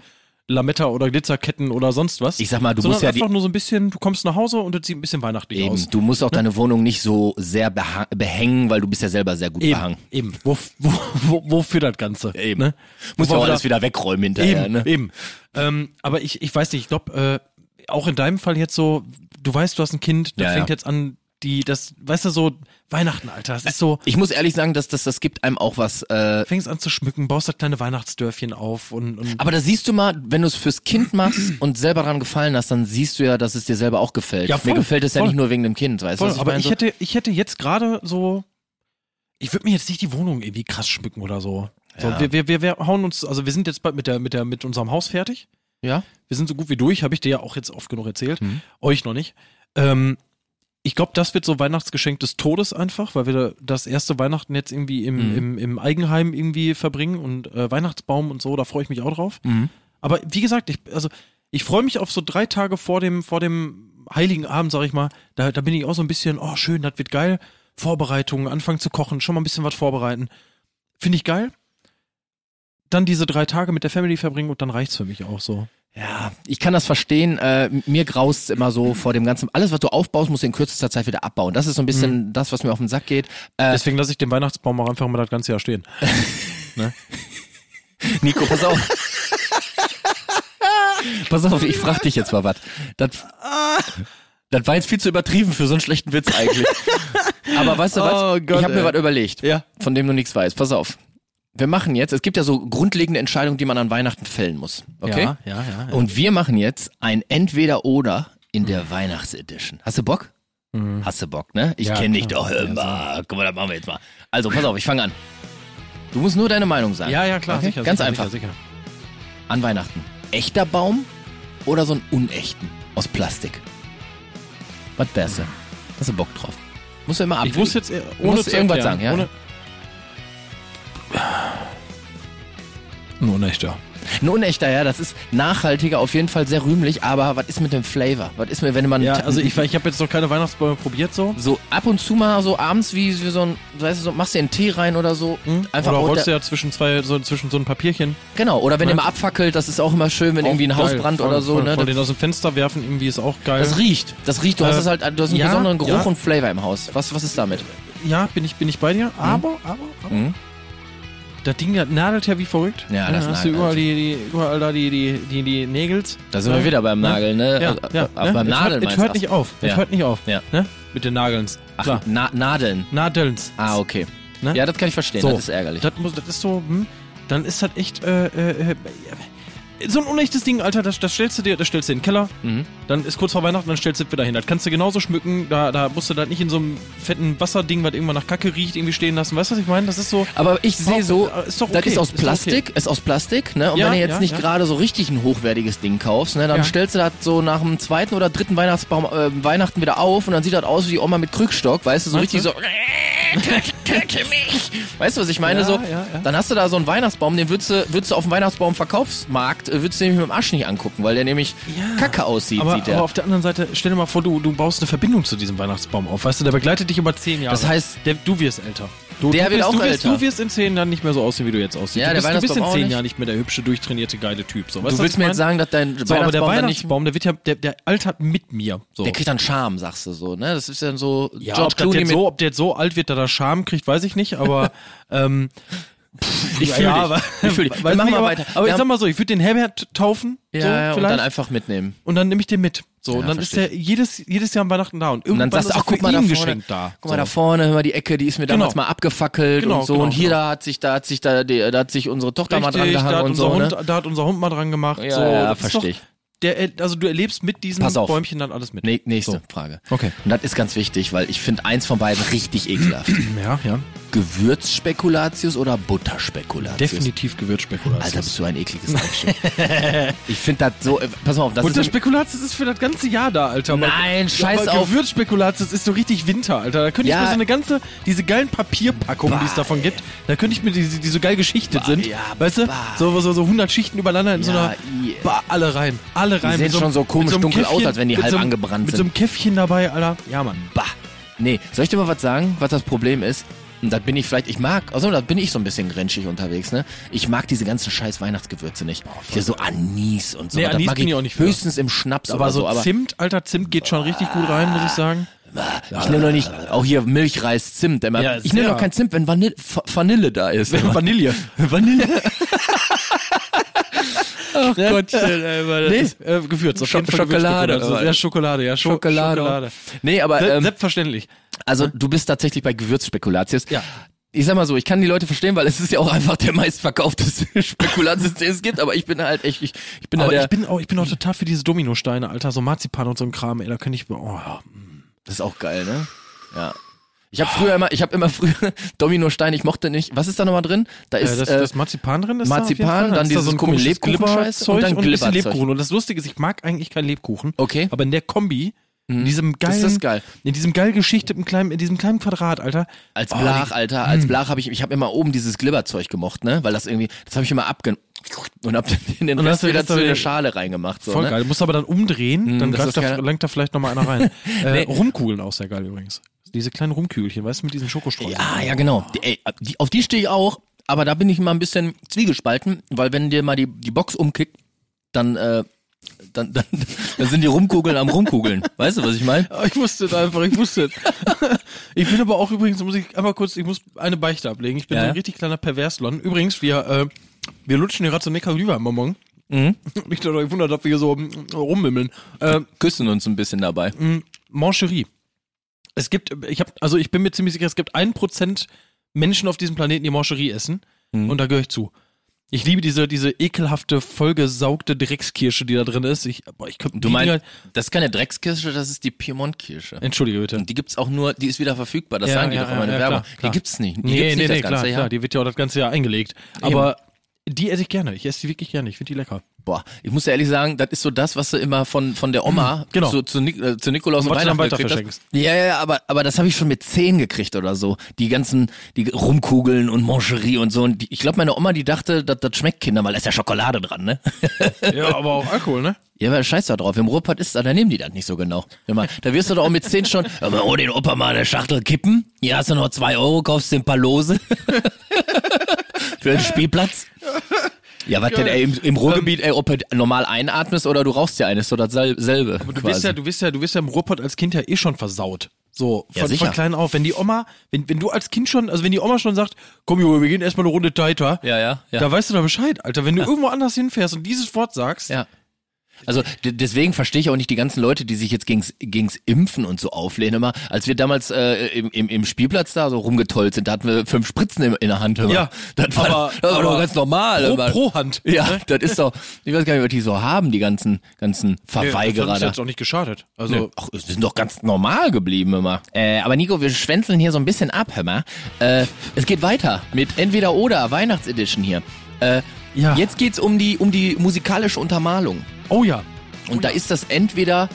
Speaker 3: Lametta oder Glitzerketten oder sonst was.
Speaker 2: Ich sag mal, du
Speaker 3: sondern
Speaker 2: musst ja die-
Speaker 3: einfach nur so ein bisschen, du kommst nach Hause und es sieht ein bisschen weihnachtlich aus. ne?
Speaker 2: Eben, du musst auch deine Wohnung nicht so sehr beha- behängen, weil du bist ja selber sehr gut behangen.
Speaker 3: eben. Wo, wo, wo, wofür das Ganze?
Speaker 2: Eben.
Speaker 3: Ne?
Speaker 2: Musst ja
Speaker 3: Wobei
Speaker 2: auch
Speaker 3: wir
Speaker 2: alles
Speaker 3: da-
Speaker 2: wieder wegräumen hinterher,
Speaker 3: Eben,
Speaker 2: ne?
Speaker 3: eben. Ähm, aber ich, ich weiß nicht, ich glaube, äh, auch in deinem Fall jetzt so, du weißt, du hast ein Kind, da
Speaker 2: Ja, ja.
Speaker 3: fängt jetzt an, die, das, weißt du, so Weihnachten, Alter, das ist so,
Speaker 2: Ich muss ehrlich sagen, dass das, das gibt einem auch was, äh,
Speaker 3: fängst an zu schmücken, baust das kleine Weihnachtsdörfchen auf und, und
Speaker 2: Aber da siehst du mal, wenn du es fürs Kind machst und selber dran gefallen hast, dann siehst du ja, dass es dir selber auch gefällt.
Speaker 3: Ja, voll,
Speaker 2: Mir gefällt es ja
Speaker 3: voll.
Speaker 2: nicht nur wegen dem Kind, weißt du?
Speaker 3: voll,
Speaker 2: was
Speaker 3: aber
Speaker 2: meine?
Speaker 3: ich
Speaker 2: So-
Speaker 3: hätte, ich hätte jetzt gerade so, ich würde mir jetzt nicht die Wohnung irgendwie krass schmücken oder so. So, wir, wir, wir, wir hauen uns, also wir sind jetzt bald mit der, mit der, mit unserem Haus fertig.
Speaker 2: ja?
Speaker 3: Wir sind so gut wie durch, habe ich dir ja auch jetzt oft genug erzählt. Euch noch nicht. Ähm, ich glaube, das wird so Weihnachtsgeschenk des Todes einfach, weil wir da das erste Weihnachten jetzt irgendwie im, im, im Eigenheim irgendwie verbringen und äh, Weihnachtsbaum und so, da freue ich mich auch drauf. Aber wie gesagt, ich, also ich freue mich auf so drei Tage vor dem, vor dem Heiligen Abend, sag ich mal. Da, da bin ich auch so ein bisschen, oh schön, das wird geil. Vorbereitungen, anfangen zu kochen, schon mal ein bisschen was vorbereiten. Finde ich geil. Dann diese drei Tage mit der Family verbringen und dann reicht's für mich auch so.
Speaker 2: ja, ich kann das verstehen. Äh, mir graust immer so vor dem Ganzen. Alles, was du aufbaust, musst du in kürzester Zeit wieder abbauen. Das ist so ein
Speaker 3: Mhm.
Speaker 2: bisschen das, was mir auf den Sack geht. Äh,
Speaker 3: Deswegen lasse ich den Weihnachtsbaum auch einfach mal das ganze Jahr stehen.
Speaker 2: Nico, pass auf. pass auf, ich frag dich jetzt mal was. Das, das war jetzt viel zu übertrieben für so einen schlechten Witz eigentlich. Aber weißt du was?
Speaker 3: Oh Gott,
Speaker 2: ich habe mir
Speaker 3: ey.
Speaker 2: was überlegt.
Speaker 3: Ja.
Speaker 2: von dem du nichts weißt. Pass auf. Wir machen jetzt, es gibt ja so grundlegende Entscheidungen, die man an Weihnachten fällen muss. Okay?
Speaker 3: Ja, ja, ja.
Speaker 2: Und wir machen jetzt ein Entweder-Oder in der
Speaker 3: Mhm.
Speaker 2: Weihnachtsedition. Hast du Bock? Hast du Bock, ne? Ich
Speaker 3: Ja,
Speaker 2: kenne dich
Speaker 3: klar.
Speaker 2: doch immer. Guck mal, das machen wir jetzt mal. Also, pass auf, ich fange an. Du musst nur deine Meinung sagen.
Speaker 3: Ja, ja, klar,
Speaker 2: Okay?
Speaker 3: sicher.
Speaker 2: Ganz
Speaker 3: sicher,
Speaker 2: einfach.
Speaker 3: Sicher, sicher.
Speaker 2: An Weihnachten. Echter Baum oder so einen unechten aus Plastik? Was wär's denn? Hast du Bock drauf? Musst du immer abwägen.
Speaker 3: Ich muss jetzt äh,
Speaker 2: Du
Speaker 3: ohne
Speaker 2: musst
Speaker 3: zu
Speaker 2: irgendwas
Speaker 3: erklären,
Speaker 2: sagen, ja?
Speaker 3: Ohne, nur Nächter.
Speaker 2: Ein unechter, ja, das ist nachhaltiger, auf jeden Fall sehr rühmlich, aber was ist mit dem Flavor? Was ist mit, wenn man
Speaker 3: Ja, also ich, ich habe jetzt noch keine Weihnachtsbäume probiert so.
Speaker 2: so ab und zu mal so abends wie, wie so ein, weißt du, so, machst dir einen Tee rein oder so. Einfach
Speaker 3: Hm? Oder
Speaker 2: unter-
Speaker 3: rollst du ja zwischen zwei, so, zwischen so ein Papierchen.
Speaker 2: Genau, oder wenn
Speaker 3: Ne?
Speaker 2: ihr mal abfackelt, das ist auch immer schön, wenn irgendwie ein
Speaker 3: Auch geil.
Speaker 2: Hausbrand
Speaker 3: Voll-
Speaker 2: oder so,
Speaker 3: voll,
Speaker 2: ne?
Speaker 3: Voll
Speaker 2: Das,
Speaker 3: den aus dem Fenster werfen, irgendwie ist auch geil.
Speaker 2: das riecht, das riecht, du hast
Speaker 3: Äh,
Speaker 2: es halt, du hast einen
Speaker 3: ja,
Speaker 2: besonderen Geruch
Speaker 3: ja.
Speaker 2: und Flavor im Haus. Was, was ist damit?
Speaker 3: ja, bin ich, bin ich bei dir. Aber, aber, aber.
Speaker 2: Mhm.
Speaker 3: Das Ding das nadelt ja wie verrückt.
Speaker 2: Ja, das
Speaker 3: Da hast du
Speaker 2: nagelt.
Speaker 3: überall, die, die, überall da die, die, die, die Nägels.
Speaker 2: Da sind wir
Speaker 3: Ja.
Speaker 2: wieder beim
Speaker 3: Ja.
Speaker 2: Nageln, ne?
Speaker 3: Ja,
Speaker 2: Äh,
Speaker 3: ja.
Speaker 2: äh, Beim
Speaker 3: Es
Speaker 2: Nadeln
Speaker 3: hört- Es
Speaker 2: meinst
Speaker 3: hört
Speaker 2: du?
Speaker 3: nicht auf. Es
Speaker 2: Ja.
Speaker 3: hört nicht auf.
Speaker 2: Ja.
Speaker 3: Ne? Mit den Nagelns.
Speaker 2: Ach,
Speaker 3: Klar.
Speaker 2: Na Nadeln.
Speaker 3: Nadelns.
Speaker 2: Ah, okay.
Speaker 3: Ne?
Speaker 2: Ja, das kann ich verstehen,
Speaker 3: So.
Speaker 2: das ist ärgerlich.
Speaker 3: Das, muss, das ist so, hm, dann ist das echt, äh, äh, äh, so ein unechtes Ding, Alter, das, das stellst du dir, das stellst du in den Keller,
Speaker 2: Mhm.
Speaker 3: dann ist kurz vor Weihnachten, dann stellst du es wieder hin. Das kannst du genauso schmücken, da, da musst du das nicht in so einem fetten Wasserding, was irgendwann nach Kacke riecht, irgendwie stehen lassen. Weißt du, was ich meine? Das ist so.
Speaker 2: Aber ich sehe so,
Speaker 3: Ist doch
Speaker 2: das
Speaker 3: okay,
Speaker 2: ist aus
Speaker 3: ist doch
Speaker 2: Plastik, ist aus Plastik, ne? Und
Speaker 3: Ja,
Speaker 2: wenn du jetzt
Speaker 3: ja,
Speaker 2: nicht
Speaker 3: ja.
Speaker 2: gerade so richtig ein hochwertiges Ding kaufst, ne, dann
Speaker 3: Ja.
Speaker 2: stellst du das so nach dem zweiten oder dritten Weihnachtsbaum äh, Weihnachten wieder auf und dann sieht das aus wie die Oma mit Krückstock, weißt du, so
Speaker 3: Meinst
Speaker 2: richtig so töte mich. Weißt du, was ich meine
Speaker 3: Ja,
Speaker 2: so?
Speaker 3: ja, ja.
Speaker 2: Dann hast du da so einen Weihnachtsbaum, den würdest du, würdest du auf dem Weihnachtsbaum Verkaufsmarkt, äh, würdest du nämlich mit dem Arsch nicht angucken, weil der nämlich Kacke aussieht,
Speaker 3: Aber,
Speaker 2: sieht der.
Speaker 3: aber auf der anderen Seite, stell dir mal vor, du, du baust eine Verbindung zu diesem Weihnachtsbaum auf. Weißt du, der begleitet dich über zehn Jahre.
Speaker 2: Das heißt-
Speaker 3: der, du wirst älter. Du,
Speaker 2: Der
Speaker 3: du
Speaker 2: wird
Speaker 3: wirst,
Speaker 2: auch
Speaker 3: du wirst,
Speaker 2: älter.
Speaker 3: Du wirst in zehn Jahren nicht mehr so aussehen, wie du jetzt aussiehst.
Speaker 2: Ja, der
Speaker 3: du bist, du bist
Speaker 2: Weihnachtsbaum
Speaker 3: in
Speaker 2: auch
Speaker 3: zehn
Speaker 2: nicht.
Speaker 3: Jahren nicht mehr der hübsche, durchtrainierte, geile Typ. So,
Speaker 2: du willst mir jetzt sagen, dass dein
Speaker 3: so, aber der
Speaker 2: Weihnachtsbaum dann nicht
Speaker 3: Weihnachtsbaum, der wird ja, der, der altert mit mir. So.
Speaker 2: der kriegt dann Charme, sagst du so, ne? Das ist dann so
Speaker 3: ja,
Speaker 2: George
Speaker 3: ob,
Speaker 2: Clooney
Speaker 3: der jetzt
Speaker 2: mit
Speaker 3: so, ob der jetzt so alt wird, dass er Scham kriegt, weiß ich nicht, aber ähm, pff,
Speaker 2: Ich fühl dich.
Speaker 3: aber-
Speaker 2: Ich fühl dich.
Speaker 3: weiß
Speaker 2: Wir machen
Speaker 3: nicht,
Speaker 2: mal
Speaker 3: aber,
Speaker 2: weiter.
Speaker 3: Aber
Speaker 2: Wir
Speaker 3: ich
Speaker 2: haben-
Speaker 3: sag mal so, ich würde den Herbert taufen,
Speaker 2: ja,
Speaker 3: so
Speaker 2: ja,
Speaker 3: vielleicht.
Speaker 2: und dann einfach mitnehmen.
Speaker 3: und dann nehme ich den mit. So,
Speaker 2: Ja,
Speaker 3: und dann ist
Speaker 2: verstehe
Speaker 3: der jedes, jedes Jahr an Weihnachten da. Und
Speaker 2: Und
Speaker 3: irgendwann
Speaker 2: dann sagst du,
Speaker 3: ist
Speaker 2: ach,
Speaker 3: auch
Speaker 2: guck
Speaker 3: für
Speaker 2: mal da
Speaker 3: ihn
Speaker 2: vorne,
Speaker 3: geschenkt da.
Speaker 2: guck mal da vorne, hör mal die Ecke, die ist mir damals
Speaker 3: Genau.
Speaker 2: mal abgefackelt
Speaker 3: Genau,
Speaker 2: und so.
Speaker 3: genau,
Speaker 2: und hier,
Speaker 3: genau.
Speaker 2: da hat sich, da hat sich da, die, da hat sich unsere Tochter
Speaker 3: Richtig,
Speaker 2: mal dran
Speaker 3: da,
Speaker 2: gehangen
Speaker 3: hat
Speaker 2: und
Speaker 3: unser
Speaker 2: so.
Speaker 3: Hund,
Speaker 2: Ne?
Speaker 3: da hat unser Hund mal dran gemacht.
Speaker 2: Ja,
Speaker 3: so,
Speaker 2: ja,
Speaker 3: das ist
Speaker 2: verstehe
Speaker 3: doch-
Speaker 2: ich.
Speaker 3: Der, äh, also du erlebst mit diesen
Speaker 2: Pass auf.
Speaker 3: Bäumchen dann alles mit.
Speaker 2: Nee, nächste
Speaker 3: So.
Speaker 2: Frage.
Speaker 3: Okay.
Speaker 2: Und das ist ganz wichtig, weil ich finde eins von beiden richtig ekelhaft.
Speaker 3: Ja, ja.
Speaker 2: Gewürzspekulatius oder Butterspekulatius?
Speaker 3: Definitiv
Speaker 2: Alter,
Speaker 3: Gewürzspekulatius.
Speaker 2: bist du ein ekliges Mensch. ich finde das so, äh, pass mal auf, das
Speaker 3: Und der
Speaker 2: ist...
Speaker 3: Spekulatius ist für das ganze Jahr da, Alter. Aber-
Speaker 2: Nein, scheiß
Speaker 3: aber
Speaker 2: auf.
Speaker 3: Gewürzspekulatius ist so richtig Winter, Alter. Da könnte
Speaker 2: Ja.
Speaker 3: ich mir so eine ganze, diese geilen Papierpackungen, die es
Speaker 2: Bah,
Speaker 3: davon gibt, da könnte ich mir, die, die so geil geschichtet sind,
Speaker 2: ja,
Speaker 3: weißt du,
Speaker 2: bah.
Speaker 3: so, so, so 100 Schichten übereinander in so
Speaker 2: Ja,
Speaker 3: einer,
Speaker 2: i-
Speaker 3: bah, alle rein, alle rein.
Speaker 2: sehen
Speaker 3: mit einem-
Speaker 2: schon so komisch
Speaker 3: mit einem
Speaker 2: dunkel aus, als wenn die
Speaker 3: mit
Speaker 2: halb
Speaker 3: so einem-
Speaker 2: angebrannt
Speaker 3: Mit
Speaker 2: sind.
Speaker 3: so einem Käffchen dabei, Alter. Ja, Mann.
Speaker 2: Bah. Nee, soll ich dir mal was sagen, was das Problem ist? Und da bin ich vielleicht, ich mag, also da bin ich so ein bisschen grinschig unterwegs, ne? Ich mag diese ganzen scheiß Weihnachtsgewürze nicht. Hier so Anis und so.
Speaker 3: Oh, Nee,
Speaker 2: das
Speaker 3: Anis
Speaker 2: mag
Speaker 3: bin ich auch nicht für.
Speaker 2: Höchstens im Schnaps
Speaker 3: Aber
Speaker 2: oder
Speaker 3: so,
Speaker 2: so, aber
Speaker 3: Zimt, Alter, Zimt geht schon richtig gut rein, muss ich sagen.
Speaker 2: ich nehme doch nicht, auch hier Milchreis, Zimt. Immer.
Speaker 3: Ja,
Speaker 2: ich nehme
Speaker 3: sehr.
Speaker 2: doch kein Zimt, wenn Vanille, Va- Vanille da ist.
Speaker 3: Vanille. Vanille. Ach Gottchen, ey, weil
Speaker 2: Nee.
Speaker 3: das ist, äh, Gewürz. Auf
Speaker 2: Scho-
Speaker 3: jeden Fall
Speaker 2: Schokolade,
Speaker 3: Gewürzgewürz. Also,
Speaker 2: aber-
Speaker 3: ja, Schokolade, ja, Scho
Speaker 2: Schokolade.
Speaker 3: Schokolade.
Speaker 2: Nee, aber
Speaker 3: Se-
Speaker 2: ähm,
Speaker 3: Selbstverständlich.
Speaker 2: also du bist tatsächlich bei Gewürzspekulatius.
Speaker 3: Ja.
Speaker 2: Ich sag mal so, ich kann die Leute verstehen, weil es ist ja auch einfach der meistverkaufteste Spekulatius, den es gibt, aber ich bin halt echt, ich, ich bin
Speaker 3: Aber
Speaker 2: halt
Speaker 3: ich bin, auch, ich bin auch total für diese Dominosteine, Alter. So Marzipan und so ein Kram, ey, da könnte ich. Oh, ja.
Speaker 2: Das ist auch geil, ne? Ja. Ich habe früher immer, ich habe immer früher Dominosteine, ich mochte nicht. Was ist da nochmal drin? Da
Speaker 3: Äh,
Speaker 2: ist
Speaker 3: das,
Speaker 2: äh,
Speaker 3: das Marzipan drin ist. da auf jeden
Speaker 2: Marzipan,
Speaker 3: Fall.
Speaker 2: dann
Speaker 3: ist da
Speaker 2: dieses
Speaker 3: so ein
Speaker 2: komische
Speaker 3: komisches
Speaker 2: Lebkuchenscheiß
Speaker 3: Glibberzeug
Speaker 2: und dann
Speaker 3: und ein bisschen
Speaker 2: Glibberzeug.
Speaker 3: Lebkuchen. Und das Lustige ist, ich mag eigentlich keinen Lebkuchen.
Speaker 2: Okay.
Speaker 3: Aber in der Kombi, in diesem geilen.
Speaker 2: das geil.
Speaker 3: In diesem geil geschichteten kleinen, in diesem kleinen Quadrat, Alter.
Speaker 2: als
Speaker 3: Oh,
Speaker 2: Blach,
Speaker 3: die-
Speaker 2: Alter, als Blach habe ich ich habe immer oben dieses Glibberzeug gemocht, ne? Weil das irgendwie, das habe ich immer abge und hab dann in den
Speaker 3: Und
Speaker 2: Rest
Speaker 3: hast du
Speaker 2: wieder
Speaker 3: das
Speaker 2: zu
Speaker 3: dann-
Speaker 2: der Schale reingemacht so,
Speaker 3: Voll
Speaker 2: ne? Hm,
Speaker 3: geil. Du musst aber dann umdrehen, dann
Speaker 2: das ist
Speaker 3: greift da,
Speaker 2: geil.
Speaker 3: lenkt da vielleicht nochmal einer rein. äh, Rumkugeln auch sehr geil übrigens. Diese kleinen Rumkügelchen, weißt du, mit diesen Schokostreusel.
Speaker 2: Ja, ja, genau. Die, ey, die, auf die stehe ich auch, aber da bin ich mal ein bisschen zwiegespalten, weil wenn dir mal die die Box umkickt, dann äh, dann, dann, dann sind die Rumkugeln am Rumkugeln. Weißt du, was ich meine?
Speaker 3: Ich wusste es einfach, ich wusste es. ich bin aber auch übrigens, muss ich einmal kurz, ich muss eine Beichte ablegen. Ich bin
Speaker 2: Ja.
Speaker 3: so ein richtig kleiner Perverslon. Übrigens, wir, äh, wir lutschen hier gerade so neckar rüber am Bonbon. Nicht, dass ihr euch wundert, ob wir hier so mm, rummimmeln. Äh,
Speaker 2: Küssen uns ein bisschen dabei.
Speaker 3: Mancherie. Es gibt, ich habe, also ich bin mir ziemlich sicher, es gibt ein Prozent Menschen auf diesem Planeten, die Mancherie essen.
Speaker 2: Mhm.
Speaker 3: Und da gehöre ich zu. Ich liebe diese, diese ekelhafte, vollgesaugte Dreckskirsche, die da drin ist. Ich, boah, ich könnte
Speaker 2: Du
Speaker 3: die
Speaker 2: meinst,
Speaker 3: Dinger-
Speaker 2: das ist keine Dreckskirsche, das ist die Piemont-Kirsche.
Speaker 3: Entschuldige bitte.
Speaker 2: Und die gibt's auch nur, die ist wieder verfügbar, das
Speaker 3: Ja,
Speaker 2: sagen die
Speaker 3: ja,
Speaker 2: doch immer in der
Speaker 3: ja, ja,
Speaker 2: Werbung.
Speaker 3: klar,
Speaker 2: die
Speaker 3: klar.
Speaker 2: gibt's nicht. Die
Speaker 3: nee,
Speaker 2: gibt's
Speaker 3: nee,
Speaker 2: nicht
Speaker 3: nee,
Speaker 2: das
Speaker 3: klar,
Speaker 2: ganze
Speaker 3: klar,
Speaker 2: Jahr.
Speaker 3: die wird ja auch das ganze Jahr eingelegt. Aber die esse ich gerne. Ich esse die wirklich gerne. Ich finde die lecker.
Speaker 2: Boah, ich muss dir ehrlich sagen, das ist so das, was du immer von, von der Oma
Speaker 3: Genau.
Speaker 2: zu, zu, Nik äh, zu Nikolaus und
Speaker 3: Was du dann
Speaker 2: Weihnachten
Speaker 3: weiter
Speaker 2: gekriegt hast.
Speaker 3: verschenkst.
Speaker 2: Ja, ja, ja, aber, aber das habe ich schon mit zehn gekriegt oder so. Die ganzen, die Rumkugeln und Mancherie und so. Und die, ich glaube, meine Oma, die dachte, das, das schmeckt Kinder, weil da ist ja Schokolade dran, ne?
Speaker 3: Ja, aber auch Alkohol, ne?
Speaker 2: Ja, aber scheiß da drauf. Im Ruhrpott ist das, da nehmen die das nicht so genau. Hör mal, da wirst du doch auch mit 10 schon, aber oh, den Opa mal eine Schachtel kippen. Hier hast du noch 2 Euro, kaufst dir ein paar Lose. Für den Spielplatz. Ja, was denn, ey, im, im Ruhrgebiet, ey, ob du normal einatmest oder du rauchst dir eines, so dasselbe.
Speaker 3: Du bist ja, du bist ja, du bist ja im Ruhrpott als Kind ja eh schon versaut. So,
Speaker 2: Ja,
Speaker 3: von,
Speaker 2: sicher.
Speaker 3: von klein auf. Wenn die Oma, wenn, wenn du als Kind schon, also wenn die Oma schon sagt, komm Junge, wir gehen erstmal eine Runde tighter,
Speaker 2: Ja, ja, ja.
Speaker 3: da weißt du doch Bescheid, Alter. Wenn du irgendwo anders hinfährst und dieses Wort sagst,
Speaker 2: ja. Also d- deswegen verstehe ich auch nicht die ganzen Leute, die sich jetzt gegens, gegens Impfen und so auflehnen. Immer, als wir damals äh, im, im, im Spielplatz da so rumgetollt sind, da hatten wir fünf Spritzen in, in der Hand. Immer.
Speaker 3: Ja,
Speaker 2: das war,
Speaker 3: aber-
Speaker 2: das war doch
Speaker 3: aber
Speaker 2: ganz normal.
Speaker 3: pro-
Speaker 2: immer.
Speaker 3: pro Hand,
Speaker 2: Ja, das ist doch, ich weiß gar nicht, was die so haben, die ganzen, ganzen
Speaker 3: das hat
Speaker 2: Verweigerer
Speaker 3: uns
Speaker 2: da.
Speaker 3: jetzt auch nicht geschadet. Also,
Speaker 2: ne? Nö. Ach, wir sind doch ganz normal geblieben immer. Äh, aber Nico, wir schwänzeln hier so ein bisschen ab, hör mal. Äh, es geht weiter mit Entweder oder Weihnachtsedition hier. Äh,
Speaker 3: Ja.
Speaker 2: Jetzt geht's um die, um die musikalische Untermalung.
Speaker 3: oh ja.
Speaker 2: Und da ist das entweder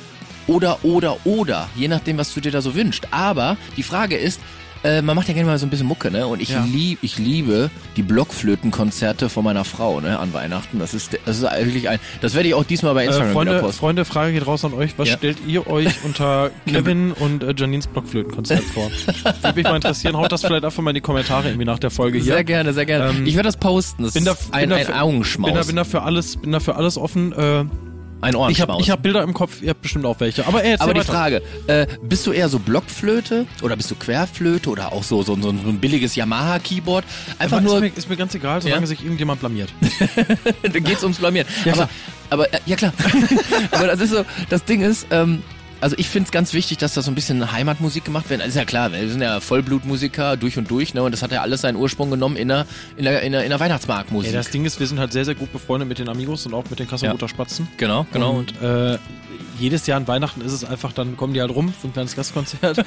Speaker 2: oder oder oder, je nachdem, was du dir da so wünschst. Aber die Frage ist, äh, man macht ja gerne mal so ein bisschen Mucke, ne? Und ich,
Speaker 3: Ja.
Speaker 2: lieb, ich liebe die Blockflötenkonzerte von meiner Frau, ne? An Weihnachten. Das ist, das ist eigentlich ein, das werde ich auch diesmal bei Instagram
Speaker 3: Äh,
Speaker 2: wieder
Speaker 3: Freunde,
Speaker 2: posten.
Speaker 3: Freunde, Frage geht raus an euch. Was
Speaker 2: Ja.
Speaker 3: stellt ihr euch unter Kevin und äh, Janines Blockflötenkonzert vor? Würde mich mal interessieren. Haut das vielleicht einfach mal in die Kommentare irgendwie nach der Folge hier.
Speaker 2: Sehr gerne, sehr gerne.
Speaker 3: Ähm,
Speaker 2: ich werde das posten. Das
Speaker 3: Bin da,
Speaker 2: ist
Speaker 3: bin
Speaker 2: ein,
Speaker 3: da,
Speaker 2: ein Augenschmaus.
Speaker 3: Bin da, bin da für alles, bin da für alles offen. Äh,
Speaker 2: ein
Speaker 3: ich
Speaker 2: Ohrenschmaus.
Speaker 3: habe ich hab Bilder im Kopf, ihr habt bestimmt auch welche. Aber, ey, jetzt
Speaker 2: aber die
Speaker 3: weiter.
Speaker 2: Frage, äh, bist du eher so Blockflöte oder bist du Querflöte oder auch so, so, so ein billiges Yamaha-Keyboard? Einfach
Speaker 3: ist,
Speaker 2: nur
Speaker 3: mir, ist mir ganz egal, solange
Speaker 2: Ja?
Speaker 3: sich irgendjemand blamiert.
Speaker 2: Da geht's ums Blamieren.
Speaker 3: Ja,
Speaker 2: aber,
Speaker 3: klar.
Speaker 2: aber, äh, ja klar. aber das ist so, das Ding ist, ähm, also ich find's ganz wichtig, dass da so ein bisschen Heimatmusik gemacht wird. Ist ja klar, wir sind ja Vollblutmusiker durch und durch, ne? Und das hat ja alles seinen Ursprung genommen in der, in der, in der, in der Weihnachtsmarktmusik.
Speaker 3: Ey, das Ding ist, wir sind halt sehr, sehr gut befreundet mit den Amigos und auch mit den Kassenroter Spatzen.
Speaker 2: genau, genau. Und
Speaker 3: Und äh, jedes Jahr an Weihnachten ist es einfach, dann kommen die halt rum für ein kleines Gastkonzert.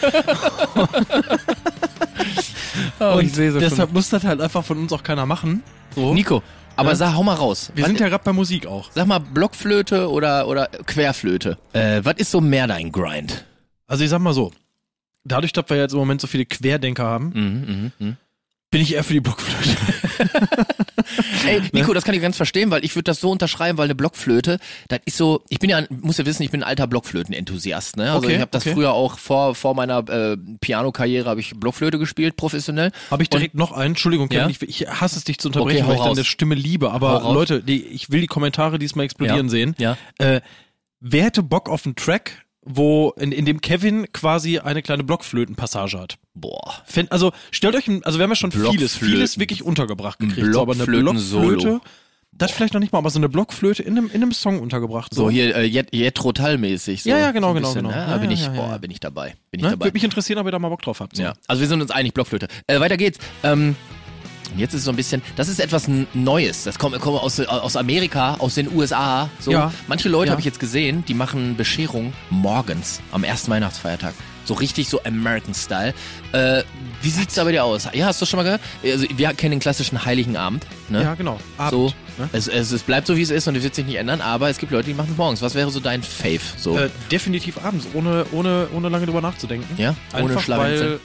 Speaker 3: und deshalb muss das halt einfach von uns auch keiner machen. So.
Speaker 2: Nico, aber
Speaker 3: Ja.
Speaker 2: sag, hau mal raus.
Speaker 3: wir
Speaker 2: Was-
Speaker 3: sind ja gerade bei Musik auch.
Speaker 2: Sag mal, Blockflöte oder, oder Querflöte. Äh, was ist so mehr dein Grind?
Speaker 3: Also ich sag mal so, dadurch, dass wir jetzt im Moment so viele Querdenker haben,
Speaker 2: Mhm, mhm, mhm.
Speaker 3: bin ich eher für die Blockflöte.
Speaker 2: Ey, Nico,
Speaker 3: ne?
Speaker 2: das kann ich ganz verstehen, weil ich würde das so unterschreiben, weil eine Blockflöte, das ist so, ich bin ja, ein- muss ja wissen, ich bin ein alter Blockflötenenthusiast, ne? Also
Speaker 3: Okay,
Speaker 2: ich habe das
Speaker 3: okay.
Speaker 2: früher auch vor, vor meiner äh, Pianokarriere habe ich Blockflöte gespielt, professionell.
Speaker 3: Habe ich direkt noch einen? Entschuldigung,
Speaker 2: Ja?
Speaker 3: Kevin, ich, ich hasse es, dich zu
Speaker 2: Okay,
Speaker 3: unterbrechen,
Speaker 2: hau
Speaker 3: weil ich
Speaker 2: raus.
Speaker 3: deine Stimme liebe.
Speaker 2: Hau
Speaker 3: Aber
Speaker 2: raus.
Speaker 3: Leute, die, ich will die Kommentare diesmal explodieren
Speaker 2: Ja.
Speaker 3: sehen.
Speaker 2: Ja.
Speaker 3: Äh, wer hätte Bock auf einen Track, wo in, in dem Kevin quasi eine kleine Blockflötenpassage hat?
Speaker 2: Boah.
Speaker 3: Fänd, also stellt euch, ein, also wir haben ja schon vieles,
Speaker 2: Blockflöten.
Speaker 3: vieles wirklich untergebracht
Speaker 2: Ein
Speaker 3: gekriegt. so, aber eine
Speaker 2: Blockflöten-Solo.
Speaker 3: Blockflöte, das vielleicht noch nicht mal, aber so eine Blockflöte in einem, in einem Song untergebracht.
Speaker 2: So hier äh, Jet- Jethro Tull mäßig so.
Speaker 3: Ja, ja, genau,
Speaker 2: so ein
Speaker 3: genau,
Speaker 2: bisschen,
Speaker 3: genau.
Speaker 2: Ne?
Speaker 3: Ja,
Speaker 2: Da bin
Speaker 3: ja,
Speaker 2: ich,
Speaker 3: ja, ja,
Speaker 2: boah,
Speaker 3: ja.
Speaker 2: bin ich dabei. Bin ich
Speaker 3: ne?
Speaker 2: dabei.
Speaker 3: Würde mich interessieren, ob ihr da mal Bock drauf habt. So.
Speaker 2: Ja, also wir sind uns einig, Blockflöte. Äh, weiter geht's. Ähm, und jetzt ist so ein bisschen, das ist etwas N- Neues. Das kommt, kommt aus, äh, aus Amerika, aus den USA. So.
Speaker 3: Ja.
Speaker 2: Manche Leute
Speaker 3: Ja.
Speaker 2: habe ich jetzt gesehen, die machen Bescherung morgens am ersten Weihnachtsfeiertag. So richtig so American Style. Äh, wie sieht's da bei dir aus? Ja, hast du schon mal gehört? Also, wir kennen den klassischen Heiligen Abend. Ne?
Speaker 3: ja genau.
Speaker 2: so.
Speaker 3: Abend, ne?
Speaker 2: Es, es, es bleibt so, wie es ist und es wird sich nicht ändern, aber es gibt Leute, die machen es morgens. Was wäre so dein Fave? So.
Speaker 3: Äh, definitiv abends, ohne, ohne, ohne lange drüber nachzudenken.
Speaker 2: Ja, ohne
Speaker 3: Einfach
Speaker 2: Schlawenzel.
Speaker 3: weil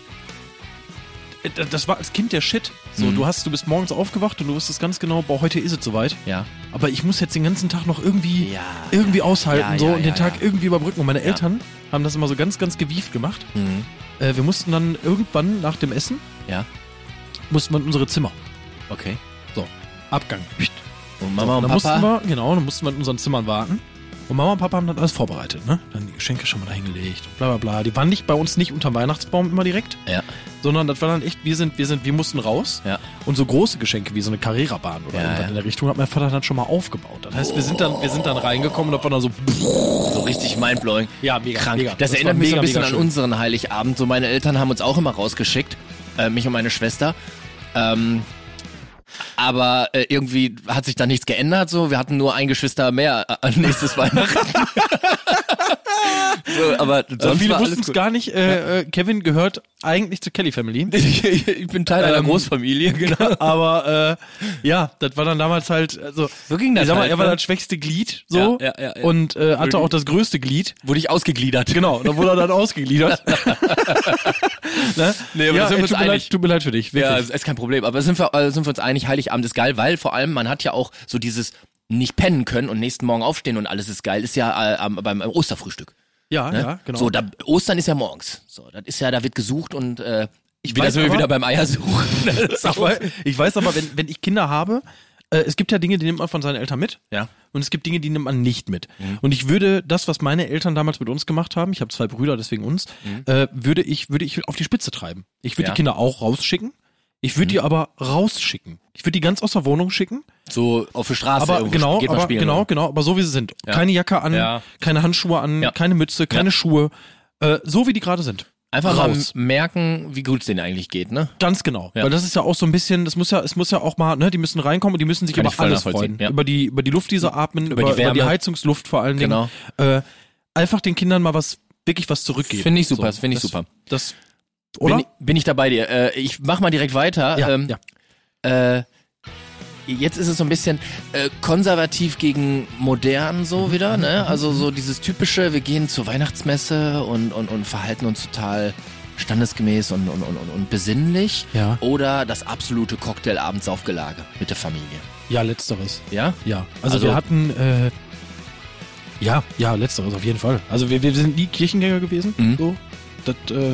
Speaker 3: Äh, da- das war als Kind der Shit. So,
Speaker 2: Mhm.
Speaker 3: du hast, du bist morgens aufgewacht und du wusstest ganz genau, boah, heute ist es soweit.
Speaker 2: ja.
Speaker 3: Aber ich muss jetzt den ganzen Tag noch irgendwie,
Speaker 2: Ja,
Speaker 3: irgendwie aushalten
Speaker 2: Ja,
Speaker 3: so
Speaker 2: ja,
Speaker 3: und den
Speaker 2: ja,
Speaker 3: Tag
Speaker 2: ja.
Speaker 3: irgendwie überbrücken. Und meine Eltern haben das immer so ganz, ganz gewieft gemacht.
Speaker 2: Mhm.
Speaker 3: Äh, wir mussten dann irgendwann nach dem Essen,
Speaker 2: Ja.
Speaker 3: mussten wir in unsere Zimmer.
Speaker 2: Okay.
Speaker 3: Abgang.
Speaker 2: Und Mama
Speaker 3: dann
Speaker 2: und
Speaker 3: mussten
Speaker 2: Papa.
Speaker 3: wir, genau, dann mussten wir in unseren Zimmern warten. Und Mama und Papa haben dann alles vorbereitet, ne? Dann die Geschenke schon mal dahingelegt und bla bla bla. Die waren nicht bei uns nicht unterm Weihnachtsbaum immer direkt,
Speaker 2: Ja.
Speaker 3: sondern das war dann echt, wir sind, wir sind, wir mussten raus.
Speaker 2: Ja.
Speaker 3: Und so große Geschenke wie so eine Carrera-Bahn oder
Speaker 2: Ja,
Speaker 3: irgendwas
Speaker 2: ja. Oh.
Speaker 3: in der Richtung hat mein Vater dann schon mal aufgebaut. Das heißt, wir sind dann, wir sind dann reingekommen und das war dann so,
Speaker 2: So richtig mindblowing.
Speaker 3: Ja, mega,
Speaker 2: Krank.
Speaker 3: mega.
Speaker 2: Das,
Speaker 3: Das
Speaker 2: erinnert
Speaker 3: war
Speaker 2: mich so ein
Speaker 3: mega,
Speaker 2: bisschen
Speaker 3: mega
Speaker 2: an
Speaker 3: schön.
Speaker 2: unseren Heiligabend. So meine Eltern haben uns auch immer rausgeschickt, äh, mich und meine Schwester. Ähm, aber äh, irgendwie hat sich da nichts geändert. So, wir hatten nur ein Geschwister mehr äh, an nächstes Weihnachten. Äh, so, aber sonst
Speaker 3: also viele
Speaker 2: war
Speaker 3: wussten
Speaker 2: alles
Speaker 3: es
Speaker 2: gut.
Speaker 3: gar nicht. Äh, äh, Kevin gehört eigentlich zur Kelly Family.
Speaker 2: Ich, ich bin Teil einer
Speaker 3: Ähm,
Speaker 2: Großfamilie. Genau.
Speaker 3: Aber äh, ja, das war dann damals halt, also
Speaker 2: So ging das
Speaker 3: ich sag mal,
Speaker 2: halt,
Speaker 3: er war
Speaker 2: ne?
Speaker 3: das schwächste Glied so
Speaker 2: Ja, ja, ja, ja.
Speaker 3: und äh, hatte auch das größte Glied.
Speaker 2: Wurde ich ausgegliedert.
Speaker 3: Genau, da wurde er dann ausgegliedert. ne?
Speaker 2: Nee, aber da sind wir uns
Speaker 3: tut, mir
Speaker 2: einig.
Speaker 3: leid, tut mir leid für dich,
Speaker 2: Ja, also,
Speaker 3: wirklich.
Speaker 2: ist, ist kein Problem. Aber sind wir, äh, sind wir uns einig, Heiligabend ist geil, weil vor allem man hat ja auch so dieses nicht pennen können und nächsten Morgen aufstehen und alles ist geil, ist ja äh, am, beim Osterfrühstück.
Speaker 3: Ja, ja,
Speaker 2: Ne?
Speaker 3: genau.
Speaker 2: So, da, Ostern ist ja morgens. So, das ist ja, da wird gesucht und äh, ich bin
Speaker 3: weiß
Speaker 2: jetzt
Speaker 3: aber-
Speaker 2: wieder beim Eiersuchen. Das ist
Speaker 3: ich,
Speaker 2: auch-
Speaker 3: weiß, ich weiß aber, wenn, wenn ich Kinder habe, äh, es gibt ja Dinge, die nimmt man von seinen Eltern mit.
Speaker 2: Ja.
Speaker 3: Und es gibt Dinge, die nimmt man nicht mit.
Speaker 2: Mhm.
Speaker 3: Und ich würde das, was meine Eltern damals mit uns gemacht haben, ich habe zwei Brüder, deswegen uns, äh, würde, ich, würde ich auf die Spitze treiben. Ich würde
Speaker 2: Mhm. Ja. Mhm.
Speaker 3: die Kinder auch rausschicken. Ich würde die aber rausschicken. Ich würde die ganz aus der Wohnung schicken.
Speaker 2: So auf der Straße
Speaker 3: aber
Speaker 2: irgendwo
Speaker 3: genau,
Speaker 2: geht man
Speaker 3: aber,
Speaker 2: spielen. ne?
Speaker 3: genau, genau, aber so wie sie sind. Keine Jacke an,
Speaker 2: Ja.
Speaker 3: keine Handschuhe an,
Speaker 2: Ja.
Speaker 3: keine Mütze, keine Schuhe. Äh, so wie die gerade sind.
Speaker 2: Einfach
Speaker 3: Raus.
Speaker 2: mal merken, wie gut es denen eigentlich geht, ne?
Speaker 3: Ganz genau.
Speaker 2: Ja.
Speaker 3: Weil das ist ja auch so ein bisschen, das muss ja, es muss ja auch mal, ne, die müssen reinkommen und die müssen sich
Speaker 2: Kann
Speaker 3: über
Speaker 2: ich voll
Speaker 3: alles
Speaker 2: nachvollziehen,
Speaker 3: freuen.
Speaker 2: ja.
Speaker 3: Über die, über die Luft, die sie atmen, über,
Speaker 2: die
Speaker 3: über, die,
Speaker 2: Wärme. Genau.
Speaker 3: Heizungsluft vor allen Dingen. Äh, einfach den Kindern mal was, wirklich was zurückgeben.
Speaker 2: Finde ich super, das finde ich
Speaker 3: das,
Speaker 2: super.
Speaker 3: Das, oder?
Speaker 2: Bin, bin ich da bei dir. Äh, ich mach mal direkt weiter.
Speaker 3: ja,
Speaker 2: ähm,
Speaker 3: ja.
Speaker 2: Äh, jetzt ist es so ein bisschen äh, konservativ gegen modern so wieder, ne? Also so dieses typische, wir gehen zur Weihnachtsmesse und, und, und verhalten uns total standesgemäß und, und, und, und- und besinnlich.
Speaker 3: Ja.
Speaker 2: Oder das absolute Cocktailabendsaufgelage mit der Familie.
Speaker 3: ja, letzteres.
Speaker 2: Ja?
Speaker 3: Ja, also,
Speaker 2: Also-
Speaker 3: wir hatten, äh, ja, ja, letzteres auf jeden Fall. Also wir, wir sind nie Kirchengänger gewesen.
Speaker 2: Mhm.
Speaker 3: So, das, äh,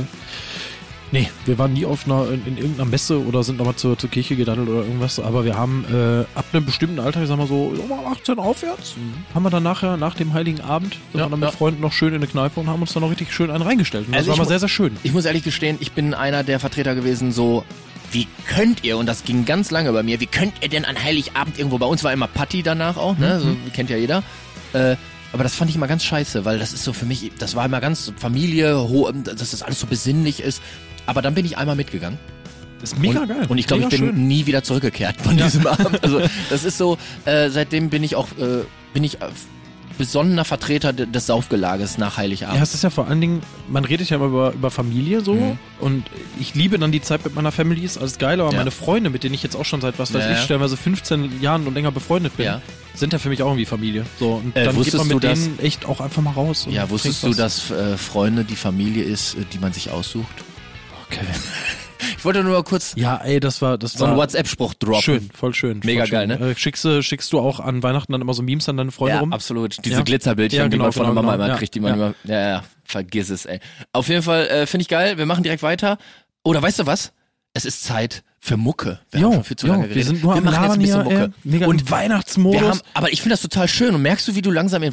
Speaker 3: nee, wir waren nie auf einer, in, in irgendeiner Messe oder sind nochmal zur, zur Kirche gedaddelt oder irgendwas. Aber wir haben äh, ab einem bestimmten Alter, ich sag mal so, um 18 aufwärts, haben wir dann nachher, nach dem Heiligen Abend, sind
Speaker 2: Mhm. Ja,
Speaker 3: wir dann mit
Speaker 2: ja.
Speaker 3: Freunden noch schön in eine Kneipe und haben uns dann noch richtig schön einen reingestellt. Und das
Speaker 2: Also ich
Speaker 3: war
Speaker 2: mu-
Speaker 3: mal sehr, sehr schön.
Speaker 2: Ich muss ehrlich gestehen, ich bin einer der Vertreter gewesen, so, wie könnt ihr, und das ging ganz lange bei mir, wie könnt ihr denn an Heiligabend irgendwo, bei uns war immer Patti danach auch,
Speaker 3: Mhm.
Speaker 2: ne, so, kennt ja jeder, äh, aber das fand ich immer ganz scheiße, weil das ist so für mich, das war immer ganz Familie, ho, dass das alles so besinnlich ist, aber dann bin ich einmal mitgegangen.
Speaker 3: Das ist mega
Speaker 2: und,
Speaker 3: geil.
Speaker 2: Und ich glaube, ich
Speaker 3: Mega
Speaker 2: bin
Speaker 3: schön.
Speaker 2: nie wieder zurückgekehrt von diesem Abend. Also das ist so, äh, seitdem bin ich auch, äh, bin ich äh, besonnener Vertreter de- des Saufgelages nach Heiligabend.
Speaker 3: Ja, es ist ja vor allen Dingen, man redet ja immer über, über Familie so
Speaker 2: Mhm.
Speaker 3: und ich liebe dann die Zeit mit meiner Family, ist alles geil, aber
Speaker 2: Ja.
Speaker 3: meine Freunde, mit denen ich jetzt auch schon seit was weiß
Speaker 2: Ja,
Speaker 3: ich,
Speaker 2: ja.
Speaker 3: stellenweise 15 Jahren und länger befreundet bin,
Speaker 2: Ja.
Speaker 3: sind ja für mich auch irgendwie Familie. So, und
Speaker 2: Äh,
Speaker 3: dann geht
Speaker 2: wusstest
Speaker 3: man mit
Speaker 2: du, dass-
Speaker 3: denen echt auch einfach mal raus. Und
Speaker 2: Ja, wusstest du,
Speaker 3: trinkt was.
Speaker 2: dass äh, Freunde die Familie ist, äh, die man sich aussucht?
Speaker 3: Okay.
Speaker 2: Ich wollte nur mal kurz
Speaker 3: Ja, ey, das war, das
Speaker 2: so einen
Speaker 3: war
Speaker 2: WhatsApp-Spruch droppen.
Speaker 3: schön, voll schön.
Speaker 2: Mega
Speaker 3: voll schön.
Speaker 2: geil, ne?
Speaker 3: Äh, schickst, du- schickst du auch an Weihnachten dann immer so Memes an deine Freunde
Speaker 2: Ja,
Speaker 3: rum?
Speaker 2: absolut. Diese
Speaker 3: Ja.
Speaker 2: Glitzerbildchen,
Speaker 3: Ja,
Speaker 2: die
Speaker 3: genau,
Speaker 2: man von der
Speaker 3: genau,
Speaker 2: Mama
Speaker 3: genau.
Speaker 2: immer
Speaker 3: Ja.
Speaker 2: kriegt, die man
Speaker 3: Ja.
Speaker 2: immer. Ja, ja, vergiss es, ey. Auf jeden Fall äh, finde ich geil. Wir machen direkt weiter. Oder weißt du was? Es ist Zeit für Mucke. Wir
Speaker 3: Jo,
Speaker 2: haben schon viel zu
Speaker 3: jo,
Speaker 2: lange geredet.
Speaker 3: wir sind nur
Speaker 2: wir
Speaker 3: am
Speaker 2: machen jetzt ein
Speaker 3: Labern
Speaker 2: bisschen
Speaker 3: hier,
Speaker 2: Mucke.
Speaker 3: Ey, mega
Speaker 2: Und
Speaker 3: im Weihnachtsmodus.
Speaker 2: Wir haben, aber ich finde das total schön. Und merkst du, wie du langsam in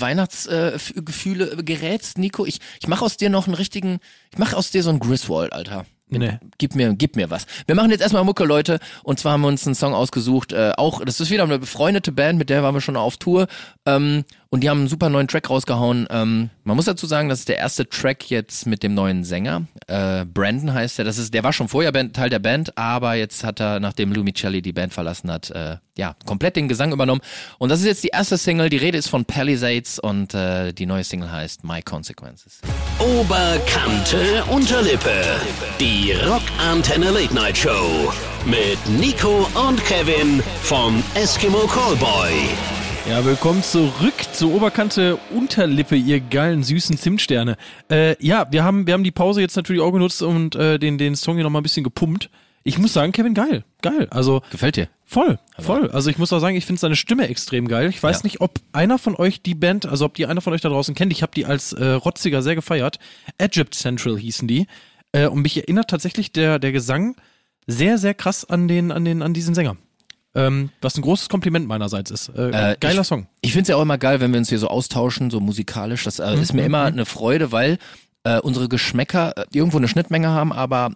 Speaker 2: Weihnachtsgefühle gerätst, Nico? Ich, ich mache aus dir noch einen richtigen, ich mache aus dir so einen Griswold, Alter.
Speaker 3: Nee.
Speaker 2: Gib mir, gib mir was. Wir machen jetzt erstmal Mucke, Leute. Und zwar haben wir uns einen Song ausgesucht. Äh, auch, das ist wieder eine befreundete Band, mit der waren wir schon auf Tour. Ähm, und die haben einen super neuen Track rausgehauen. Ähm, man muss dazu sagen, das ist der erste Track jetzt mit dem neuen Sänger. Äh, Brandon heißt er. Das ist, der war schon vorher Band, Teil der Band, aber jetzt hat er, nachdem Lou Micheli die Band verlassen hat, äh, ja, komplett den Gesang übernommen. Und das ist jetzt die erste Single. Die Rede ist von Palisades und äh, die neue Single heißt My Consequences.
Speaker 1: Oberkante Unterlippe. Die Rockantenne Late Night Show. Mit Nico und Kevin vom Eskimo Callboy.
Speaker 3: Ja, willkommen zurück zur Oberkante Unterlippe, ihr geilen, süßen Zimtsterne. Äh, ja, wir haben, wir haben die Pause jetzt natürlich auch genutzt und äh, den, den Song hier nochmal ein bisschen gepumpt. Ich muss sagen, Kevin, geil, geil. Also
Speaker 2: Gefällt dir?
Speaker 3: voll, voll. Also ich muss auch sagen, ich finde seine Stimme extrem geil. Ich weiß
Speaker 2: Ja.
Speaker 3: nicht, ob einer von euch die Band, also ob die einer von euch da draußen kennt. Ich habe die als äh, Rotziger sehr gefeiert. Egypt Central hießen die. Äh, und mich erinnert tatsächlich der, der Gesang sehr, sehr krass an, den, an, den, an diesen Sänger. Ähm, was ein großes Kompliment meinerseits ist. Äh,
Speaker 2: Äh,
Speaker 3: geiler
Speaker 2: ich,
Speaker 3: Song.
Speaker 2: Ich finde es ja auch immer geil, wenn wir uns hier so austauschen, so musikalisch. Das äh,
Speaker 3: Mhm.
Speaker 2: ist mir immer eine Freude, weil äh, unsere Geschmäcker äh, irgendwo eine Schnittmenge haben, aber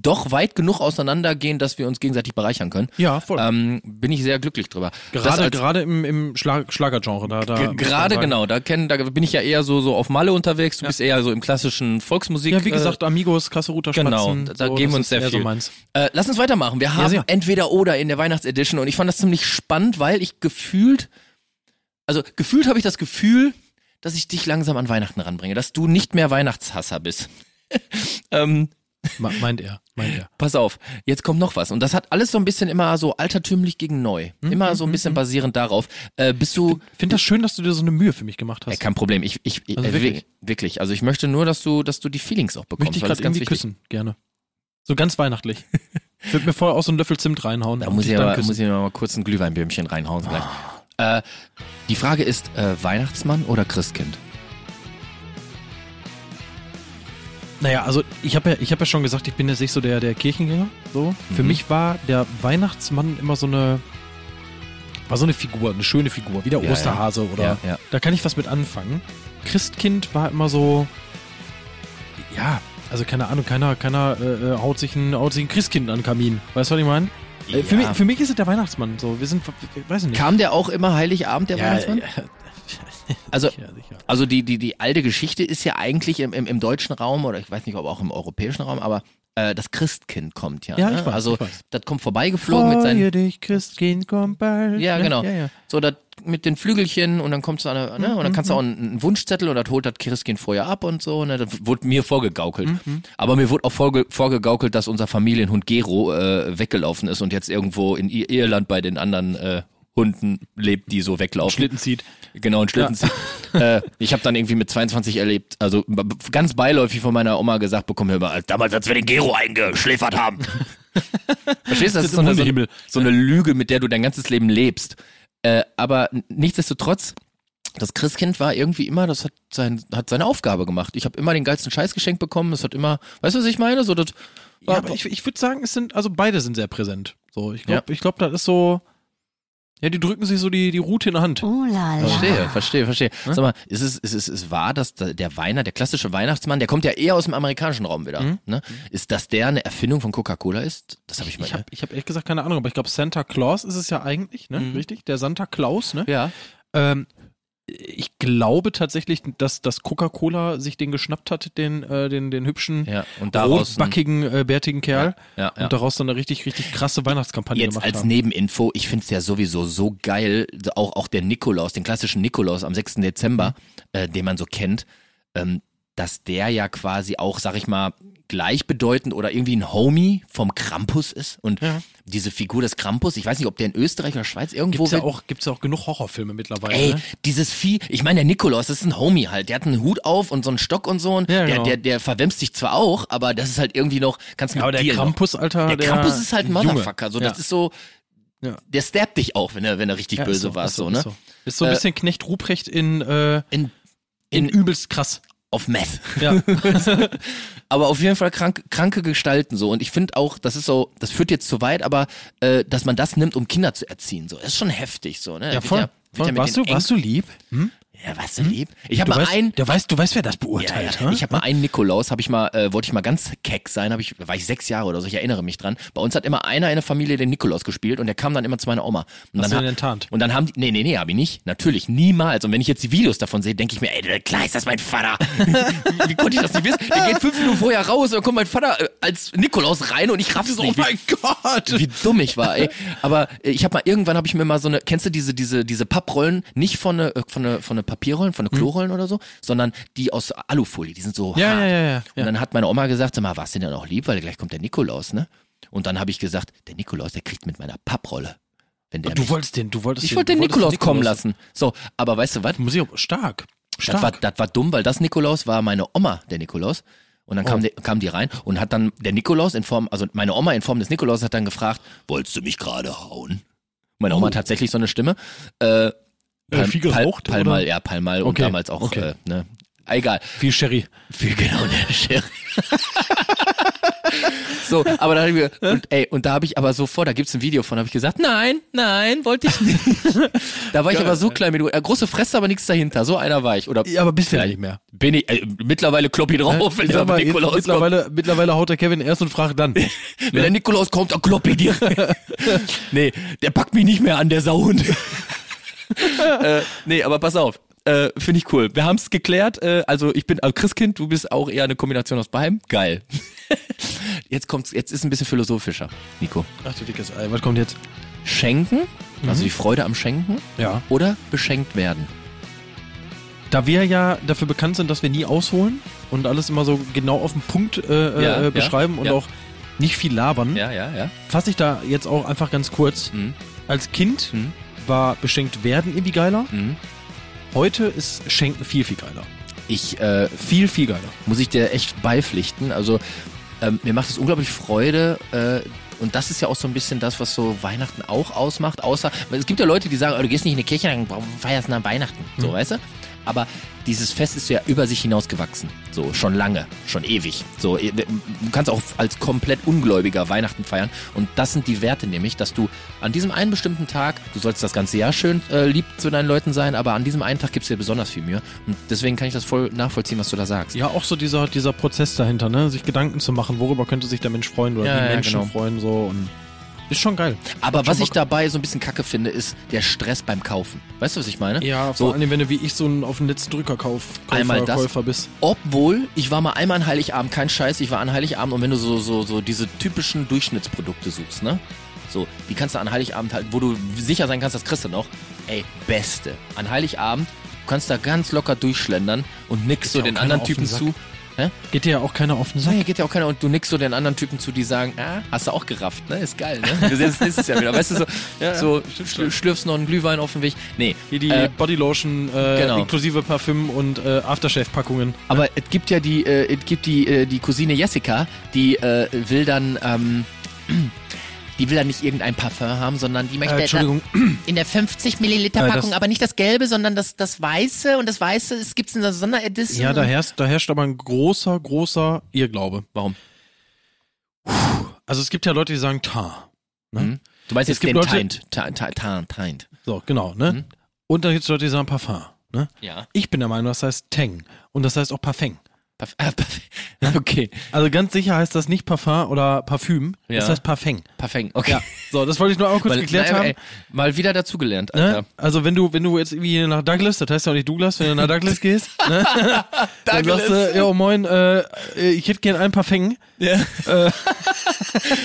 Speaker 2: doch weit genug auseinandergehen, dass wir uns gegenseitig bereichern können.
Speaker 3: Ja, voll.
Speaker 2: Ähm, bin ich sehr glücklich drüber. Das
Speaker 3: gerade
Speaker 2: als-
Speaker 3: gerade im, im Schlag, Schlagergenre. Da, da
Speaker 2: Ge-
Speaker 3: muss man
Speaker 2: Gerade
Speaker 3: sagen.
Speaker 2: genau, da, kenn, da bin ich ja eher so, so auf Malle unterwegs, du bist eher so im klassischen Volksmusik.
Speaker 3: Ja, wie
Speaker 2: äh,
Speaker 3: gesagt, Amigos, Kasseruter
Speaker 2: Genau,
Speaker 3: Spatzen.
Speaker 2: da geben wir
Speaker 3: das
Speaker 2: uns
Speaker 3: ist
Speaker 2: sehr
Speaker 3: eher
Speaker 2: viel.
Speaker 3: So meins.
Speaker 2: Äh, lass uns weitermachen. Wir haben
Speaker 3: sehr.
Speaker 2: entweder oder in der Weihnachtsedition und ich fand das ziemlich spannend, weil ich gefühlt, also gefühlt habe ich das Gefühl, dass ich dich langsam an Weihnachten ranbringe, dass du nicht mehr Weihnachtshasser bist. ähm,
Speaker 3: Me- Meint er, meint er.
Speaker 2: pass auf, jetzt kommt noch was und das hat alles so ein bisschen immer so altertümlich gegen neu,
Speaker 3: Mhm,
Speaker 2: immer so ein bisschen basierend darauf. Äh, bist du?
Speaker 3: Ich finde das schön, dass du dir so eine Mühe für mich gemacht
Speaker 2: Ey,
Speaker 3: hast.
Speaker 2: kein Problem. Ich, ich, ich
Speaker 3: Also
Speaker 2: äh,
Speaker 3: wirklich?
Speaker 2: wirklich? wirklich. Also ich möchte nur, dass du, dass du die Feelings auch bekommst.
Speaker 3: Möchte ich
Speaker 2: weil das
Speaker 3: gerade
Speaker 2: ist ganz
Speaker 3: irgendwie
Speaker 2: wichtig.
Speaker 3: küssen, gerne. So ganz weihnachtlich. Ich würde mir vorher auch so einen Löffel Zimt reinhauen.
Speaker 2: Da
Speaker 3: und
Speaker 2: muss
Speaker 3: dich
Speaker 2: ich,
Speaker 3: dann
Speaker 2: aber,
Speaker 3: küssen.
Speaker 2: muss ich mir mal kurz ein Glühweinbirnchen reinhauen gleich.
Speaker 3: Ah.
Speaker 2: Äh, die Frage ist, äh, Weihnachtsmann oder Christkind?
Speaker 3: Naja, also ich habe ja, ich hab ja schon gesagt, ich bin jetzt nicht so der, der Kirchengänger. So. Für
Speaker 2: Mhm.
Speaker 3: mich war der Weihnachtsmann immer so eine, war so eine Figur, eine schöne Figur, wie der
Speaker 2: Ja, ja.
Speaker 3: Osterhase oder
Speaker 2: Ja, ja.
Speaker 3: da kann ich was mit anfangen. Christkind war immer so, ja, also keine Ahnung, keiner, keiner äh, äh, haut, sich ein, haut sich ein Christkind an den Kamin. Weißt du, was ich meine? Äh, Für, mich, für mich ist es der Weihnachtsmann. So, wir sind, ich weiß ich nicht.
Speaker 2: Kam der auch immer Heiligabend, der Weihnachtsmann? Also,
Speaker 3: Sicher, sicher.
Speaker 2: also die, die, die alte Geschichte ist ja eigentlich im, im, im deutschen Raum oder ich weiß nicht, ob auch im europäischen Raum, aber äh, das Christkind kommt ja.
Speaker 3: Ja,
Speaker 2: ne?
Speaker 3: ich weiß,
Speaker 2: also
Speaker 3: ich weiß.
Speaker 2: das kommt vorbeigeflogen mit seinen.
Speaker 3: Freue dich, Christkind, komm bald.
Speaker 2: Ja,
Speaker 3: Ne?
Speaker 2: genau.
Speaker 3: Ja, Mhm, ja.
Speaker 2: So, das mit den Flügelchen und dann kommt so eine, ne? Und dann kannst du auch einen, einen Wunschzettel und das holt das Christkind vorher ab und so. Ne? Das wurde mir vorgegaukelt.
Speaker 3: Mhm,
Speaker 2: Aber mir wurde auch vorge vorgegaukelt, dass unser Familienhund Gero äh, weggelaufen ist und jetzt irgendwo in Ir Irland bei den anderen äh, Hunden lebt, die so weglaufen.
Speaker 3: Schlitten zieht.
Speaker 2: Genau, ein Schlitten. äh, ich habe dann irgendwie mit 22 erlebt, also b- b- ganz beiläufig von meiner Oma gesagt bekommen, hör mal, damals, als wir den Gero eingeschläfert haben. Verstehst du, das ist so eine, so, eine,
Speaker 3: Hundehimmel.
Speaker 2: so eine Lüge, mit der du dein ganzes Leben lebst. Äh, aber n- nichtsdestotrotz, das Christkind war irgendwie immer, das hat, sein, hat seine Aufgabe gemacht. Ich habe immer den geilsten Scheiß geschenkt bekommen, das hat immer, weißt du, was ich meine? So, das
Speaker 3: Ja,
Speaker 2: war,
Speaker 3: aber ich, ich würde sagen, es sind, also beide sind sehr präsent. So, ich glaube,
Speaker 2: Ja.
Speaker 3: ich glaub, das ist so. Ja, die drücken sich so die, die Route in der
Speaker 2: Uh.
Speaker 3: Hand.
Speaker 5: Ooh la la.
Speaker 2: Verstehe, verstehe, verstehe.
Speaker 3: Ne?
Speaker 2: Sag mal, ist es, ist es ist wahr, dass da- der Weihnacht, der klassische Weihnachtsmann, der kommt ja eher aus dem amerikanischen Raum wieder.
Speaker 3: Mhm.
Speaker 2: Ne? Ist das der eine Erfindung von Coca-Cola ist? Das habe ich mal.
Speaker 3: Ich habe ich hab ehrlich gesagt keine Ahnung, aber ich glaube, Santa Claus ist es ja eigentlich, ne? Richtig? Der Santa Claus, ne?
Speaker 2: Mhm. ja.
Speaker 3: Ähm, ich glaube tatsächlich, dass, dass Coca-Cola sich den geschnappt hat, den, äh, den, den hübschen,
Speaker 2: Ja, und daraus ein-
Speaker 3: rotbackigen, äh, bärtigen Kerl.
Speaker 2: Ja, ja, ja.
Speaker 3: Und daraus dann eine richtig, richtig krasse Weihnachtskampagne
Speaker 2: Jetzt
Speaker 3: gemacht
Speaker 2: als
Speaker 3: haben.
Speaker 2: Nebeninfo, ich finde es ja sowieso so geil, auch, auch der Nikolaus, den klassischen Nikolaus am 6. Dezember,
Speaker 3: Mhm.
Speaker 2: äh, den man so kennt, ähm, dass der ja quasi auch, sag ich mal, gleichbedeutend oder irgendwie ein Homie vom Krampus ist. Und diese Figur des Krampus, ich weiß nicht, ob der in Österreich oder Schweiz irgendwo
Speaker 3: Gibt's ja
Speaker 2: wird-
Speaker 3: auch, gibt's ja auch genug Horrorfilme mittlerweile.
Speaker 2: Ey,
Speaker 3: ne?
Speaker 2: dieses Vieh, ich meine, der Nikolaus das ist ein Homie halt. Der hat einen Hut auf und so einen Stock und so. Und der,
Speaker 3: Ja, genau.
Speaker 2: der, der verwemst sich zwar auch, aber das ist halt irgendwie noch, kannst mit
Speaker 3: Aber der
Speaker 2: dir
Speaker 3: Krampus,
Speaker 2: noch.
Speaker 3: Alter.
Speaker 2: Der, Krampus ist halt ein
Speaker 3: Junge.
Speaker 2: Motherfucker. So, das
Speaker 3: Ja.
Speaker 2: ist so,
Speaker 3: Ja.
Speaker 2: der stabbt dich auch, wenn er, wenn er richtig
Speaker 3: Ja, ist
Speaker 2: böse war. So, ne?
Speaker 3: Ist so, ist so ein
Speaker 2: Äh,
Speaker 3: bisschen Knecht Ruprecht in, äh,
Speaker 2: In,
Speaker 3: in,
Speaker 2: in,
Speaker 3: übelst krass.
Speaker 2: auf Meth.
Speaker 3: Ja.
Speaker 2: aber auf jeden Fall krank, kranke Gestalten so. Und ich finde auch, das ist so, das führt jetzt zu weit, aber äh, dass man das nimmt, um Kinder zu erziehen, so, ist schon heftig so. Ne?
Speaker 3: ja,
Speaker 2: Wird
Speaker 3: voll.
Speaker 2: wird
Speaker 3: voll.
Speaker 2: mit
Speaker 3: warst,
Speaker 2: den
Speaker 3: du, warst du lieb? Hm?
Speaker 2: Enkel- Ja, warst du lieb? Ich habe
Speaker 3: Du
Speaker 2: mal
Speaker 3: weißt,
Speaker 2: einen,
Speaker 3: du, weißt, du weißt, wer das
Speaker 2: Ja,
Speaker 3: beurteilt.
Speaker 2: ja.
Speaker 3: ha?
Speaker 2: Ich habe mal einen Nikolaus, habe ich mal, äh, wollte ich mal ganz keck sein, habe ich, war ich sechs Jahre oder so, ich erinnere mich dran. Bei uns hat immer einer in der Familie den Nikolaus gespielt und der kam dann immer zu meiner Oma. Und dann
Speaker 3: Hast du ihn
Speaker 2: ha-
Speaker 3: enttarnt?
Speaker 2: Und dann haben die, nee, nee, nee, habe ich nicht. Natürlich, niemals. Und wenn ich jetzt die Videos davon sehe, denke ich mir, ey, klar ist das mein Vater. Wie konnte ich das nicht wissen? Der geht fünf Minuten vorher raus und dann kommt mein Vater äh, als Nikolaus rein und ich raff's
Speaker 3: so, oh
Speaker 2: nicht. Wie-
Speaker 3: mein Gott.
Speaker 2: wie dumm ich war, ey. Aber äh, ich habe mal irgendwann habe ich mir mal so eine, kennst du diese diese diese Papprollen, nicht von ne, äh, von ne, von ne Papierrollen, von ne Klorollen oder so, sondern die aus Alufolie, die sind so
Speaker 3: Hm. Ja,
Speaker 2: hart.
Speaker 3: ja, ja, ja,
Speaker 2: Und dann hat meine Oma gesagt, sag mal, warst du denn auch lieb, weil gleich kommt der Nikolaus, ne? Und dann habe ich gesagt, der Nikolaus, der kriegt mit meiner Papprolle, wenn der
Speaker 3: du
Speaker 2: mich-
Speaker 3: wolltest den, du wolltest
Speaker 2: ich
Speaker 3: den-
Speaker 2: wollte
Speaker 3: du
Speaker 2: den
Speaker 3: wolltest
Speaker 2: Nikolaus kommen lassen. So, aber weißt du was?
Speaker 3: Muss ich auch, stark.
Speaker 2: Das war,
Speaker 3: Stark.
Speaker 2: das war dumm, weil das Nikolaus war meine Oma, der Nikolaus. Und dann
Speaker 3: Oh.
Speaker 2: kam, die, kam die rein und hat dann der Nikolaus in Form, also meine Oma in Form des Nikolaus hat dann gefragt, wolltest du mich gerade hauen? Meine
Speaker 3: Oh.
Speaker 2: Oma hat tatsächlich so eine Stimme. Äh, Pal-
Speaker 3: viel
Speaker 2: Pal-
Speaker 3: geraucht,
Speaker 2: Palmal,
Speaker 3: oder?
Speaker 2: ja, Palmal und
Speaker 3: Okay,
Speaker 2: damals auch,
Speaker 3: okay.
Speaker 2: äh, ne? Egal.
Speaker 3: Viel Sherry.
Speaker 2: Für genau der Sheriff. so, aber da hab ich mir, und, ey, und da habe ich aber sofort, da gibt's ein Video von, habe ich gesagt, nein, nein, wollte ich nicht. da war ich aber so klein, mit, äh, große Fresse, aber nichts dahinter. So einer war ich. Oder
Speaker 3: Ja, aber bist du ja nicht mehr.
Speaker 2: bin ich äh, mittlerweile kloppi drauf, wenn
Speaker 3: Ich
Speaker 2: der
Speaker 3: sag mal, jetzt,
Speaker 2: Nikolaus kommt.
Speaker 3: mittlerweile, mittlerweile haut der Kevin erst und fragt dann.
Speaker 2: Wenn der Nikolaus kommt, dann klopp ich dir. nee, der packt mich nicht mehr an, der Sauhund. äh, nee, aber pass auf. Äh, Finde ich cool. Wir haben's geklärt. Äh, also ich bin äh, Christkind, du bist auch eher eine Kombination aus beidem. Geil. jetzt kommt's, jetzt ist ein bisschen philosophischer, Nico.
Speaker 3: Ach du dickes Ei, was kommt jetzt?
Speaker 2: Schenken, also die Freude am Schenken
Speaker 3: Ja.
Speaker 2: oder beschenkt werden.
Speaker 3: Da wir ja dafür bekannt sind, dass wir nie ausholen und alles immer so genau auf den Punkt äh,
Speaker 2: Ja,
Speaker 3: äh,
Speaker 2: ja,
Speaker 3: beschreiben und
Speaker 2: ja.
Speaker 3: auch nicht viel labern,
Speaker 2: Ja, ja, ja.
Speaker 3: fasse ich da jetzt auch einfach ganz kurz.
Speaker 2: Mhm.
Speaker 3: Als Kind
Speaker 2: Mhm.
Speaker 3: war beschenkt werden irgendwie geiler.
Speaker 2: Mhm.
Speaker 3: Heute ist Schenken viel, viel geiler.
Speaker 2: Ich äh,
Speaker 3: Viel, viel geiler.
Speaker 2: muss ich dir echt beipflichten. Also ähm, mir macht es unglaublich Freude. Äh, und das ist ja auch so ein bisschen das, was so Weihnachten auch ausmacht. Außer, weil es gibt ja Leute, die sagen, oh, du gehst nicht in die Kirche, dann feierst du an Weihnachten. So, weißt du? Aber dieses Fest ist ja über sich hinausgewachsen. So, schon lange, schon ewig. So, e- du kannst auch als komplett Ungläubiger Weihnachten feiern. Und das sind die Werte nämlich, dass du an diesem einen bestimmten Tag, du sollst das ganze Jahr schön äh, lieb zu deinen Leuten sein, aber an diesem einen Tag gibst du dir besonders viel Mühe. Und deswegen kann ich das voll nachvollziehen, was du da sagst.
Speaker 3: Ja, auch so dieser, dieser Prozess dahinter, ne? Sich Gedanken zu machen, worüber könnte sich der Mensch freuen oder
Speaker 2: Ja,
Speaker 3: die
Speaker 2: ja,
Speaker 3: Menschen
Speaker 2: genau.
Speaker 3: freuen so und Ist schon geil.
Speaker 2: Aber was ich dabei so ein bisschen kacke finde, ist der Stress beim Kaufen. Weißt du, was ich meine?
Speaker 3: Ja, vor
Speaker 2: so,
Speaker 3: allem, wenn du wie ich so einen auf den letzten Drücker kauf, Käufer,
Speaker 2: Einmal das.
Speaker 3: Käufer bist.
Speaker 2: Obwohl, ich war mal einmal an Heiligabend, kein Scheiß, ich war an Heiligabend und wenn du so, so, so diese typischen Durchschnittsprodukte suchst, ne? So, die kannst du an Heiligabend halt, wo du sicher sein kannst, das kriegst du noch. Ey, beste. An Heiligabend, du kannst da ganz locker durchschlendern und nickst so
Speaker 3: ja auch
Speaker 2: den
Speaker 3: keiner
Speaker 2: anderen
Speaker 3: auf den
Speaker 2: Typen
Speaker 3: Sack.
Speaker 2: zu. Hä?
Speaker 3: Geht dir ja auch keiner auf den Sack.
Speaker 2: Naja, geht ja auch keiner und du nickst so den anderen Typen zu, die sagen, ah, hast du auch gerafft, ne? Ist geil, ne? Wir sehen uns nächstes Jahr wieder. Weißt du, so, so schl schlürfst noch einen Glühwein auf den Weg. Nee,
Speaker 3: Hier die
Speaker 2: äh,
Speaker 3: Bodylotion äh,
Speaker 2: genau.
Speaker 3: inklusive Parfüm und äh, Aftershave-Packungen.
Speaker 2: Aber es gibt ja die, äh, es gibt die, äh, die Cousine Jessica, die äh, will dann, ähm, die will dann nicht irgendein Parfum haben, sondern die
Speaker 3: Äh,
Speaker 2: möchte
Speaker 3: Entschuldigung,
Speaker 2: in der 50 Milliliter
Speaker 3: Äh, das-
Speaker 2: Packung, aber nicht das Gelbe, sondern das, das Weiße und das Weiße, es gibt's in der Sonderedition.
Speaker 3: ja, da herrscht, da herrscht aber ein großer, großer Irrglaube.
Speaker 2: Warum?
Speaker 3: Also es gibt ja Leute, die sagen Tar. Ne?
Speaker 2: Mhm. Du weißt
Speaker 3: Es
Speaker 2: jetzt
Speaker 3: gibt
Speaker 2: den
Speaker 3: Leute-
Speaker 2: Teint, Teint, Teint, Teint, Teint.
Speaker 3: So, genau, ne?
Speaker 2: Mhm.
Speaker 3: Und dann gibt es Leute, die sagen Parfum. Ne?
Speaker 2: Ja.
Speaker 3: Ich bin der Meinung, das heißt Tang. Und das heißt auch Parfum.
Speaker 2: Parf ah, Parf okay,
Speaker 3: Also ganz sicher heißt das nicht Parfum oder Parfüm,
Speaker 2: Ja.
Speaker 3: das heißt Parfum.
Speaker 2: Parfum, okay.
Speaker 3: Ja. So, das wollte ich nur auch kurz
Speaker 2: Weil-
Speaker 3: geklärt
Speaker 2: naja,
Speaker 3: haben.
Speaker 2: ey, mal wieder dazugelernt, Alter.
Speaker 3: Ne? Also wenn du, wenn du jetzt irgendwie nach Douglas, das heißt ja auch nicht Douglas, wenn du nach Douglas gehst, ne? dann sagst du, ja moin, äh, ich hätte gern ein Parfum.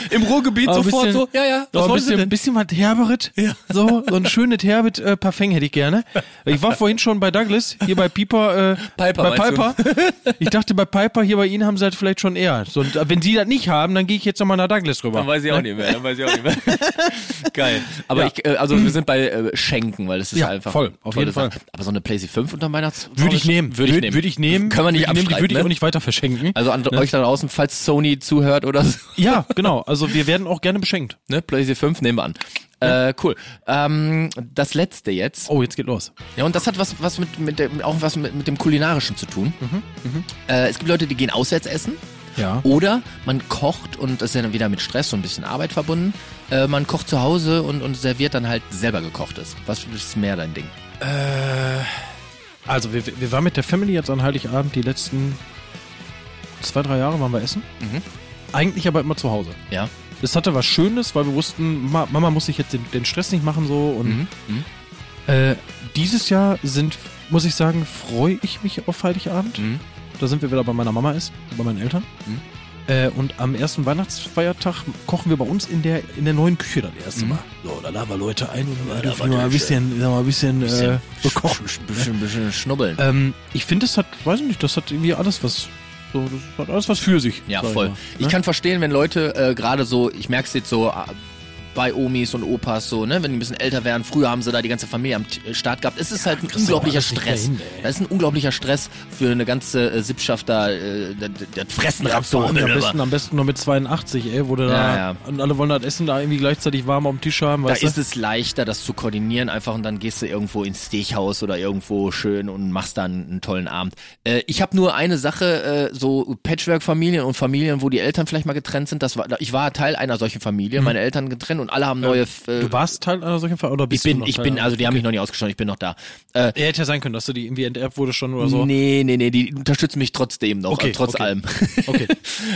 Speaker 2: Im Ruhrgebiet
Speaker 3: Aber ein bisschen-
Speaker 2: ja, ja,
Speaker 3: So, ein
Speaker 2: wolltest du
Speaker 3: bisschen, bisschen was Herberet, so, so ein schönes Herbert äh, Parfum hätte ich gerne. Ich war vorhin schon bei Douglas, hier bei Piper, äh,
Speaker 2: Piper,
Speaker 3: bei Piper.
Speaker 2: meinst
Speaker 3: Ich dachte bei Piper, hier bei Ihnen haben sie das vielleicht schon eher. So, und, äh, wenn sie das nicht haben, dann gehe ich jetzt nochmal nach Douglas rüber.
Speaker 2: Dann weiß ich auch nicht mehr. Dann weiß ich auch nicht mehr. Geil. Aber
Speaker 3: Ja.
Speaker 2: ich, äh, also wir sind bei äh, Schenken, weil es ist
Speaker 3: Ja,
Speaker 2: einfach.
Speaker 3: voll, auf
Speaker 2: tolle
Speaker 3: jeden Fall.
Speaker 2: Sache. Aber so eine PlayStation 5 unter Weihnachts.
Speaker 3: Würde ich nehmen.
Speaker 2: Würde ich
Speaker 3: Würd-
Speaker 2: nehmen.
Speaker 3: Würde ich nehmen.
Speaker 2: Können wir nicht
Speaker 3: Würde ich nehmen, die
Speaker 2: abstreiten.
Speaker 3: Würde ich
Speaker 2: ne?
Speaker 3: auch nicht weiter verschenken.
Speaker 2: Also an euch da draußen, falls Sony zuhört oder so,
Speaker 3: ja, genau. Also wir werden auch gerne beschenkt.
Speaker 2: ne, PlayStation 5 nehmen wir an. Äh, cool. Ähm, das letzte jetzt.
Speaker 3: Oh, jetzt geht los.
Speaker 2: Ja, und das hat was, was mit, mit dem, auch was mit, mit dem Kulinarischen zu tun.
Speaker 3: Mhm,
Speaker 2: Äh, es gibt Leute, die gehen auswärts essen.
Speaker 3: Ja.
Speaker 2: Oder man kocht und das ist ja dann wieder mit Stress und ein bisschen Arbeit verbunden. Äh, man kocht zu Hause und, und serviert dann halt selber gekochtes. Was ist mehr dein Ding?
Speaker 3: Also wir, wir waren mit der Family jetzt an Heiligabend die letzten zwei, drei Jahre waren wir essen.
Speaker 2: Mhm.
Speaker 3: Eigentlich aber immer zu Hause.
Speaker 2: Ja.
Speaker 3: Das hatte was Schönes, weil wir wussten, Ma Mama muss sich jetzt den, den Stress nicht machen so. Und
Speaker 2: Mhm. Mhm.
Speaker 3: äh, dieses Jahr sind, muss ich sagen, freue ich mich auf Heiligabend.
Speaker 2: Mhm.
Speaker 3: Da sind wir wieder bei meiner Mama ist, bei meinen Eltern.
Speaker 2: Mhm.
Speaker 3: Äh, und am ersten Weihnachtsfeiertag kochen wir bei uns in der, in der neuen Küche das
Speaker 2: Mhm.
Speaker 3: erste Mal.
Speaker 4: So, da labern Leute ein und
Speaker 3: Da
Speaker 4: dann
Speaker 3: dürfen wir mal ein bisschen, sag mal, ein bisschen, äh, bekochen.
Speaker 2: Bisschen, bisschen schnubbeln.
Speaker 3: Ähm, ich finde, das hat, weiß ich nicht, das hat irgendwie alles was. So, das hat alles was für sich.
Speaker 2: Ja,
Speaker 3: sag ich
Speaker 2: voll.
Speaker 3: mal,
Speaker 2: Ich
Speaker 3: ne?
Speaker 2: kann verstehen, wenn Leute äh, gerade so, ich merke es jetzt so äh, bei Omis und Opas so, ne, wenn die ein bisschen älter werden, früher haben sie da die ganze Familie am T- äh, Start gehabt. Es ist halt ein
Speaker 3: du auch
Speaker 2: unglaublicher
Speaker 3: alles nicht mehr
Speaker 2: Stress.
Speaker 3: hin, ey.
Speaker 2: das ist ein unglaublicher Stress für eine ganze äh, Sippschaft da, äh, das- das das Fressen ja,
Speaker 3: Vor allem am besten, am besten noch mit 82, ey, wo du da,
Speaker 2: Ja, ja.
Speaker 3: und alle wollen das Essen da irgendwie gleichzeitig warm auf dem Tisch haben,
Speaker 2: Da
Speaker 3: weißt
Speaker 2: ist
Speaker 3: du?
Speaker 2: es leichter, das zu koordinieren einfach und dann gehst du irgendwo ins Steakhaus oder irgendwo schön und machst dann einen tollen Abend. Äh, ich habe nur eine Sache, äh, so Patchwork-Familien und Familien, wo die Eltern vielleicht mal getrennt sind. Das war, ich war Teil einer solchen Familie, meine Eltern getrennt und alle haben neue. F- äh,
Speaker 3: Mhm. Ähm, Du warst Teil einer solchen Fall oder
Speaker 2: ich
Speaker 3: bist du
Speaker 2: bin,
Speaker 3: noch
Speaker 2: ich
Speaker 3: Teil
Speaker 2: bin,
Speaker 3: einer?
Speaker 2: also die haben mich noch nicht ausgeschlossen, ich bin noch da. Äh,
Speaker 3: Ja, hätte ja sein können, dass du die irgendwie enterbt wurde schon oder so.
Speaker 2: Nee, nee, nee, die unterstützen mich trotzdem noch,
Speaker 3: Okay,
Speaker 2: äh, trotz
Speaker 3: okay.
Speaker 2: allem.
Speaker 3: Okay.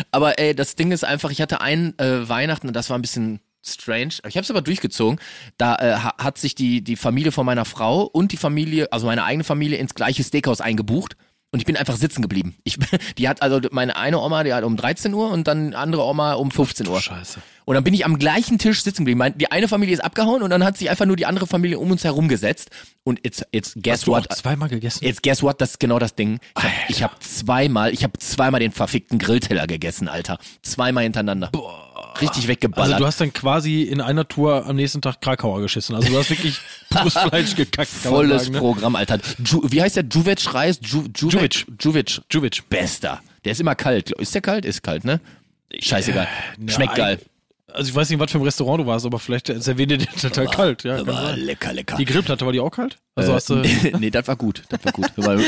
Speaker 2: aber ey, das Ding ist einfach, ich hatte einen äh, Weihnachten und das war ein bisschen strange. Ich habe es aber durchgezogen. Da äh, ha- hat sich die, die Familie von meiner Frau und die Familie, also meine eigene Familie, ins gleiche Steakhouse eingebucht. Und ich bin einfach sitzen geblieben. Ich, die hat also meine eine Oma, die hat um 13 Uhr und dann andere Oma um 15 Uhr.
Speaker 3: Scheiße.
Speaker 2: Und dann bin ich am gleichen Tisch sitzen geblieben. Mein- Die eine Familie ist abgehauen und dann hat sich einfach nur die andere Familie um uns herum gesetzt. Und jetzt, jetzt guess
Speaker 3: Hast du auch
Speaker 2: what?
Speaker 3: zweimal gegessen?
Speaker 2: Jetzt guess what, das ist genau das Ding. Ich hab, ich hab zweimal, ich hab zweimal den verfickten Grillteller gegessen, Alter. Zweimal hintereinander. Richtig weggeballert.
Speaker 3: Also du hast dann quasi in einer Tour am nächsten Tag Krakauer geschissen. Also du hast wirklich pures Fleisch gekackt. kann man
Speaker 2: Volles
Speaker 3: sagen, ne?
Speaker 2: Programm, Alter. Ju, wie heißt der? Juvic Reis? Ju, Juvic. Juvic.
Speaker 3: Juvic.
Speaker 2: Bester. Der ist immer kalt. glaub- Ist der kalt? Ist kalt, ne?
Speaker 3: äh,
Speaker 2: Scheißegal. Schmeckt geil.
Speaker 3: Also ich weiß nicht, was für ein Restaurant du warst, aber vielleicht serviert dir der total kalt. Ja, kann
Speaker 2: Aber
Speaker 3: sein.
Speaker 2: lecker, lecker. Äh,
Speaker 3: Die Grillplatte war die auch kalt? Also hast du,
Speaker 2: nee, das war gut. Das war gut. Weil,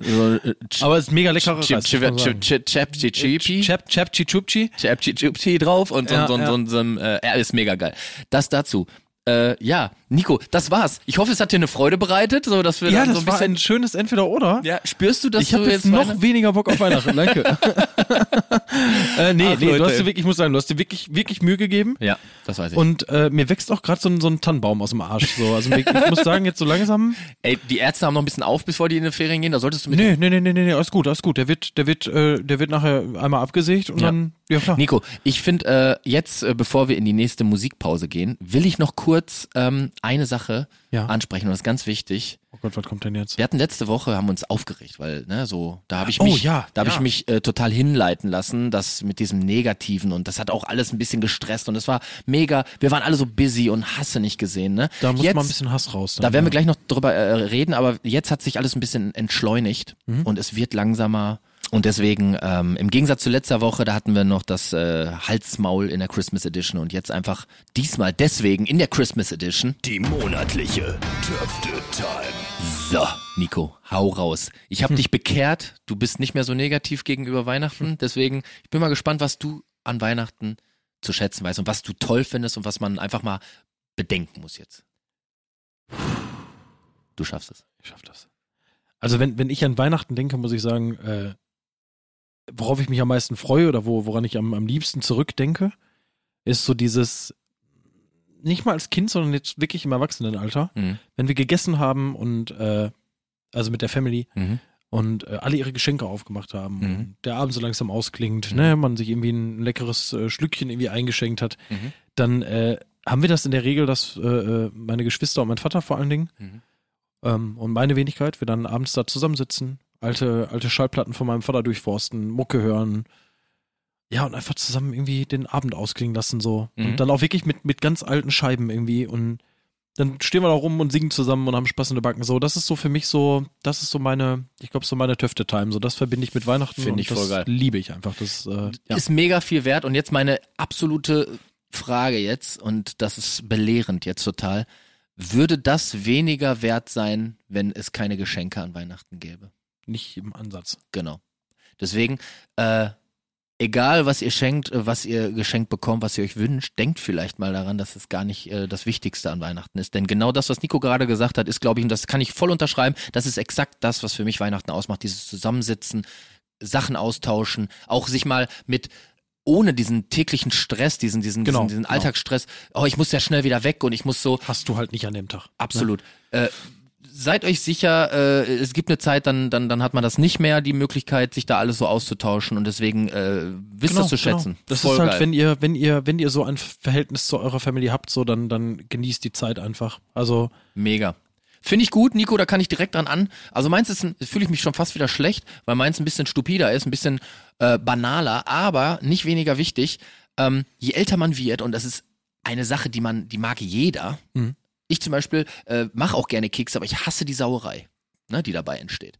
Speaker 2: so, äh, Ch-
Speaker 3: aber es ist mega leckerer
Speaker 2: Chip-
Speaker 3: Reis.
Speaker 2: Chip- Chip- Chip- Chip- Chip- Chip-
Speaker 3: Chap, chap, chichupchi.
Speaker 2: Chapchi drauf und so,
Speaker 3: Ja,
Speaker 2: so, so,
Speaker 3: ja.
Speaker 2: so, so, so äh, er ist mega geil. Das dazu. Äh, ja, Nico, das war's. Ich hoffe, es hat dir eine Freude bereitet, so dass wir
Speaker 3: Ja,
Speaker 2: dann
Speaker 3: das
Speaker 2: so ein
Speaker 3: war
Speaker 2: bisschen.
Speaker 3: ein schönes Entweder-Oder.
Speaker 2: ja, spürst du, dass
Speaker 3: Ich
Speaker 2: du
Speaker 3: habe jetzt noch weniger Bock auf Weihnachten, danke.
Speaker 2: Ach,
Speaker 3: äh, nee, nee,
Speaker 2: Leute.
Speaker 3: du hast dir wirklich, ich muss sagen, du hast dir wirklich, wirklich Mühe gegeben.
Speaker 2: Ja, das weiß ich.
Speaker 3: Und äh, mir wächst auch gerade so, ein- so ein Tannenbaum aus dem Arsch. So. Also mir- ich muss sagen, jetzt so langsam.
Speaker 2: Ey, die Ärzte haben noch ein bisschen auf, bevor die in die Ferien gehen. Da solltest du mit.
Speaker 3: Nee, nee, nee, nee, nee, nee, alles gut, alles gut. Der wird, der wird, äh, der wird nachher einmal abgesägt und
Speaker 2: Ja.
Speaker 3: dann. Ja, klar.
Speaker 2: Nico, ich finde äh, jetzt, äh, bevor wir in die nächste Musikpause gehen, will ich noch kurz ähm, eine Sache
Speaker 3: Ja.
Speaker 2: ansprechen und das ist ganz wichtig.
Speaker 3: Oh Gott, was kommt denn jetzt?
Speaker 2: Wir hatten letzte Woche, haben uns aufgeregt, weil, ne, so, da habe ich
Speaker 3: Oh,
Speaker 2: mich,
Speaker 3: ja,
Speaker 2: da habe
Speaker 3: ja.
Speaker 2: ich mich äh, total hinleiten lassen, das mit diesem Negativen und das hat auch alles ein bisschen gestresst und es war mega, wir waren alle so busy und hasse nicht gesehen, ne?
Speaker 3: Da muss
Speaker 2: Jetzt-
Speaker 3: mal ein bisschen Hass raus.
Speaker 2: Da
Speaker 3: dann,
Speaker 2: werden
Speaker 3: ja.
Speaker 2: wir gleich noch drüber äh, reden, aber jetzt hat sich alles ein bisschen entschleunigt und es wird langsamer. Und deswegen, ähm, im Gegensatz zu letzter Woche, da hatten wir noch das äh, Halsmaul in der Christmas Edition und jetzt einfach diesmal deswegen in der Christmas Edition.
Speaker 1: Die monatliche Töfte Time.
Speaker 2: So, Nico, hau raus. Ich habe dich bekehrt, du bist nicht mehr so negativ gegenüber Weihnachten, deswegen, ich bin mal gespannt, was du an Weihnachten zu schätzen weißt und was du toll findest und was man einfach mal bedenken muss jetzt. Du schaffst es.
Speaker 3: Ich schaff das. Also wenn, wenn ich an Weihnachten denke, muss ich sagen, äh, worauf ich mich am meisten freue oder wo, woran ich am, am liebsten zurückdenke, ist so dieses, nicht mal als Kind, sondern jetzt wirklich im Erwachsenenalter,
Speaker 2: Mhm.
Speaker 3: wenn wir gegessen haben und äh, also mit der Family
Speaker 2: Mhm.
Speaker 3: und äh, alle ihre Geschenke aufgemacht haben
Speaker 2: Mhm.
Speaker 3: und der Abend so langsam ausklingt,
Speaker 2: Mhm.
Speaker 3: ne, man sich irgendwie ein leckeres äh, Schlückchen irgendwie eingeschenkt hat,
Speaker 2: Mhm.
Speaker 3: dann äh, haben wir das in der Regel, dass äh, äh, meine Geschwister und mein Vater vor allen Dingen
Speaker 2: Mhm.
Speaker 3: ähm, und meine Wenigkeit, wir dann abends da zusammensitzen, alte, alte Schallplatten von meinem Vater durchforsten, Mucke hören. Ja, und einfach zusammen irgendwie den Abend ausklingen lassen, so.
Speaker 2: Mhm.
Speaker 3: Und dann auch wirklich mit, mit ganz alten Scheiben irgendwie. Und dann stehen wir da rum und singen zusammen und haben Spaß in der Backen. So, das ist so für mich so, das ist so meine, ich glaube, so meine Töfte-Time. So, das verbinde ich mit Weihnachten.
Speaker 2: Finde
Speaker 3: und
Speaker 2: ich
Speaker 3: das
Speaker 2: voll geil.
Speaker 3: liebe ich einfach. Das, äh, ja.
Speaker 2: ist mega viel wert. Und jetzt meine absolute Frage jetzt, und das ist belehrend jetzt total. Würde das weniger wert sein, wenn es keine Geschenke an Weihnachten gäbe?
Speaker 3: nicht im Ansatz.
Speaker 2: Genau. Deswegen, äh, egal was ihr schenkt, äh, was ihr geschenkt bekommt, was ihr euch wünscht, denkt vielleicht mal daran, dass es gar nicht äh, das Wichtigste an Weihnachten ist. Denn genau das, was Nico gerade gesagt hat, ist, glaube ich, und das kann ich voll unterschreiben, das ist exakt das, was für mich Weihnachten ausmacht. Dieses Zusammensitzen, Sachen austauschen, auch sich mal mit ohne diesen täglichen Stress, diesen, diesen,
Speaker 3: Genau,
Speaker 2: diesen, diesen
Speaker 3: genau.
Speaker 2: Alltagsstress, oh, ich muss ja schnell wieder weg und ich muss so,
Speaker 3: Hast du halt nicht an dem Tag.
Speaker 2: Absolut. Äh, seid euch sicher, äh, es gibt eine Zeit, dann, dann, dann hat man das nicht mehr, die Möglichkeit, sich da alles so auszutauschen und deswegen äh, wisst das zu schätzen.
Speaker 3: Genau, Das
Speaker 2: Voll
Speaker 3: ist halt,
Speaker 2: geil.
Speaker 3: wenn ihr, wenn ihr, wenn ihr so ein Verhältnis zu eurer Familie habt, so dann, dann genießt die Zeit einfach. Also
Speaker 2: Mega. Finde ich gut, Nico, da kann ich direkt dran an. Also meins ist, ein- fühle ich mich schon fast wieder schlecht, weil meins ein bisschen stupider ist, ein bisschen äh, banaler, aber nicht weniger wichtig. Ähm, je älter man wird, und das ist eine Sache, die man, die mag jeder.
Speaker 3: Mhm.
Speaker 2: Ich zum Beispiel äh, mache auch gerne Kekse, aber ich hasse die Sauerei, ne, die dabei entsteht.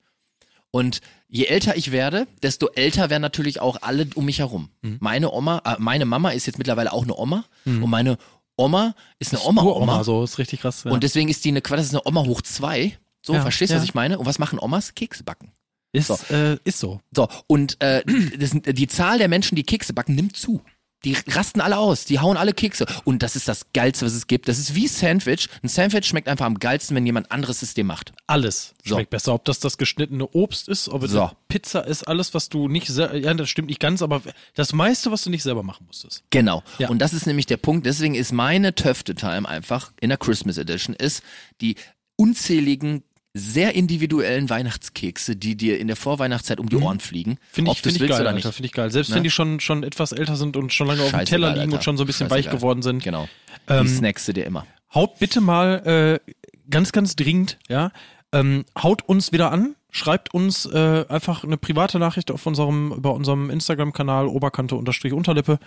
Speaker 2: Und je älter ich werde, desto älter werden natürlich auch alle um mich herum. Meine Oma, äh, meine Mama ist jetzt mittlerweile auch eine Oma und meine Oma ist eine Oma-Oma.
Speaker 3: Oma, so ist richtig krass. Ja.
Speaker 2: Und deswegen ist die eine, das ist eine Oma hoch zwei. So,
Speaker 3: Ja,
Speaker 2: verstehst du, was
Speaker 3: ja.
Speaker 2: ich meine? Und was machen Omas? Kekse backen.
Speaker 3: ist,
Speaker 2: so.
Speaker 3: Äh, ist so.
Speaker 2: So, und äh, das, sind- die Zahl der Menschen, die Kekse backen, nimmt zu. Die rasten alle aus, die hauen alle Kekse. Und das ist das Geilste, was es gibt. Das ist wie Sandwich. Ein Sandwich schmeckt einfach am geilsten, wenn jemand anderes System macht.
Speaker 3: Alles
Speaker 2: So.
Speaker 3: schmeckt besser. Ob das das geschnittene Obst ist, ob es
Speaker 2: So.
Speaker 3: Pizza ist, alles, was du nicht selber, ja, das stimmt nicht ganz, aber das meiste, was du nicht selber machen musstest.
Speaker 2: Genau.
Speaker 3: Ja.
Speaker 2: Und das ist nämlich der Punkt. Deswegen ist meine Töfte-Time einfach in der Christmas Edition ist die unzähligen sehr individuellen Weihnachtskekse, die dir in der Vorweihnachtszeit um die Ohren fliegen.
Speaker 3: Finde
Speaker 2: ob
Speaker 3: Mhm.
Speaker 2: du's
Speaker 3: ich, finde
Speaker 2: willst
Speaker 3: ich geil,
Speaker 2: oder
Speaker 3: Alter,
Speaker 2: nicht.
Speaker 3: finde ich geil. Selbst
Speaker 2: Ne?
Speaker 3: wenn die schon, schon etwas älter sind und schon lange auf dem
Speaker 2: Scheißegal,
Speaker 3: Teller liegen
Speaker 2: Alter.
Speaker 3: und schon so ein bisschen weich
Speaker 2: Scheißegal.
Speaker 3: geworden sind,
Speaker 2: Genau.
Speaker 3: Ähm,
Speaker 2: die snackst du dir immer.
Speaker 3: haut bitte mal äh, ganz, ganz dringend, ja, ähm, haut uns wieder an, schreibt uns äh, einfach eine private Nachricht auf unserem, bei unserem Instagram-Kanal Oberkante-Unterlippe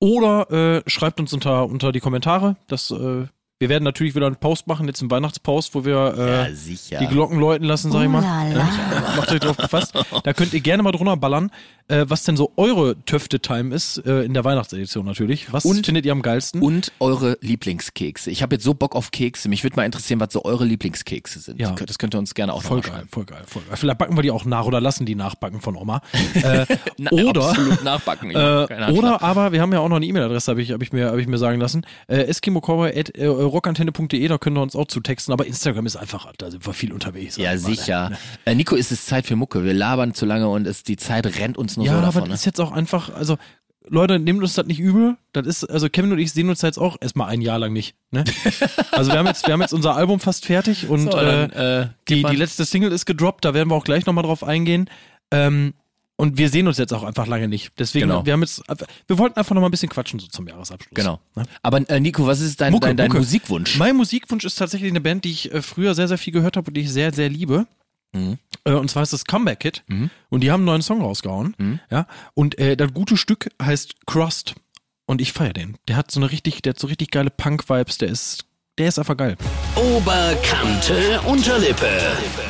Speaker 3: oder äh, schreibt uns unter, unter die Kommentare. Das, äh, wir werden natürlich wieder einen Post machen, jetzt einen Weihnachtspost, wo wir äh,
Speaker 2: Ah, sicher.
Speaker 3: die Glocken läuten lassen, sag ich mal.
Speaker 5: Ooh Oh la la.
Speaker 3: Ja, macht euch drauf gefasst. Da könnt ihr gerne mal drunter ballern. äh, was denn so eure Töfte-Time ist, äh, in der Weihnachtsedition natürlich. Was
Speaker 2: Und-
Speaker 3: findet ihr am geilsten?
Speaker 2: Und eure Lieblingskekse. Ich habe jetzt so Bock auf Kekse. Mich würde mal interessieren, was so eure Lieblingskekse sind.
Speaker 3: Ja.
Speaker 2: Das könnt ihr uns gerne auch
Speaker 3: Voll
Speaker 2: noch mal
Speaker 3: geil,
Speaker 2: schreiben.
Speaker 3: voll geil, voll geil. Vielleicht backen wir die auch nach oder lassen die nachbacken von Oma. Äh,
Speaker 2: Na,
Speaker 3: oder
Speaker 2: absolut nachbacken. Ich mach keine
Speaker 3: äh,
Speaker 2: Ahnung.
Speaker 3: oder aber wir haben ja auch noch eine E-Mail-Adresse, habe ich, hab ich, mir- hab ich mir sagen lassen. Äh, eskimocowboy.rockantenne.de, da können wir uns auch zu texten, aber Instagram ist einfacher, da sind wir viel unterwegs.
Speaker 2: Ja,
Speaker 3: Also,
Speaker 2: sicher. Äh, Nico, es ist Zeit für Mucke. Wir labern zu lange und es, die Zeit rennt uns nur
Speaker 3: Ja,
Speaker 2: so
Speaker 3: aber
Speaker 2: davon.
Speaker 3: das
Speaker 2: Ne?
Speaker 3: ist jetzt auch einfach, also Leute, nehmt uns das nicht übel. Das ist, also Kevin und ich sehen uns jetzt auch erstmal ein Jahr lang nicht. Ne? Also wir haben, jetzt, wir haben jetzt unser Album fast fertig und
Speaker 2: So,
Speaker 3: äh,
Speaker 2: dann, äh,
Speaker 3: die,
Speaker 2: gib mal-
Speaker 3: die letzte Single ist gedroppt, da werden wir auch gleich nochmal drauf eingehen. Ähm, und wir sehen uns jetzt auch einfach lange nicht. Deswegen,
Speaker 2: Genau.
Speaker 3: wir haben jetzt, wir wollten einfach nochmal ein bisschen quatschen so zum Jahresabschluss.
Speaker 2: Genau.
Speaker 3: Ne?
Speaker 2: Aber äh, Nico, was ist dein,
Speaker 3: Mucke,
Speaker 2: dein, dein
Speaker 3: Mucke.
Speaker 2: Musikwunsch?
Speaker 3: Mein Musikwunsch ist tatsächlich eine Band, die ich äh, früher sehr, sehr viel gehört habe und die ich sehr, sehr liebe.
Speaker 2: Mhm.
Speaker 3: Äh, Und zwar heißt das Comeback Kid. Und die haben einen neuen Song rausgehauen.
Speaker 2: Mhm.
Speaker 3: Ja. Und äh, das gute Stück heißt Crust. Und ich feiere den. Der hat so eine richtig, der hat so richtig geile Punk-Vibes. Der ist, der ist einfach geil.
Speaker 1: Oberkante Unterlippe.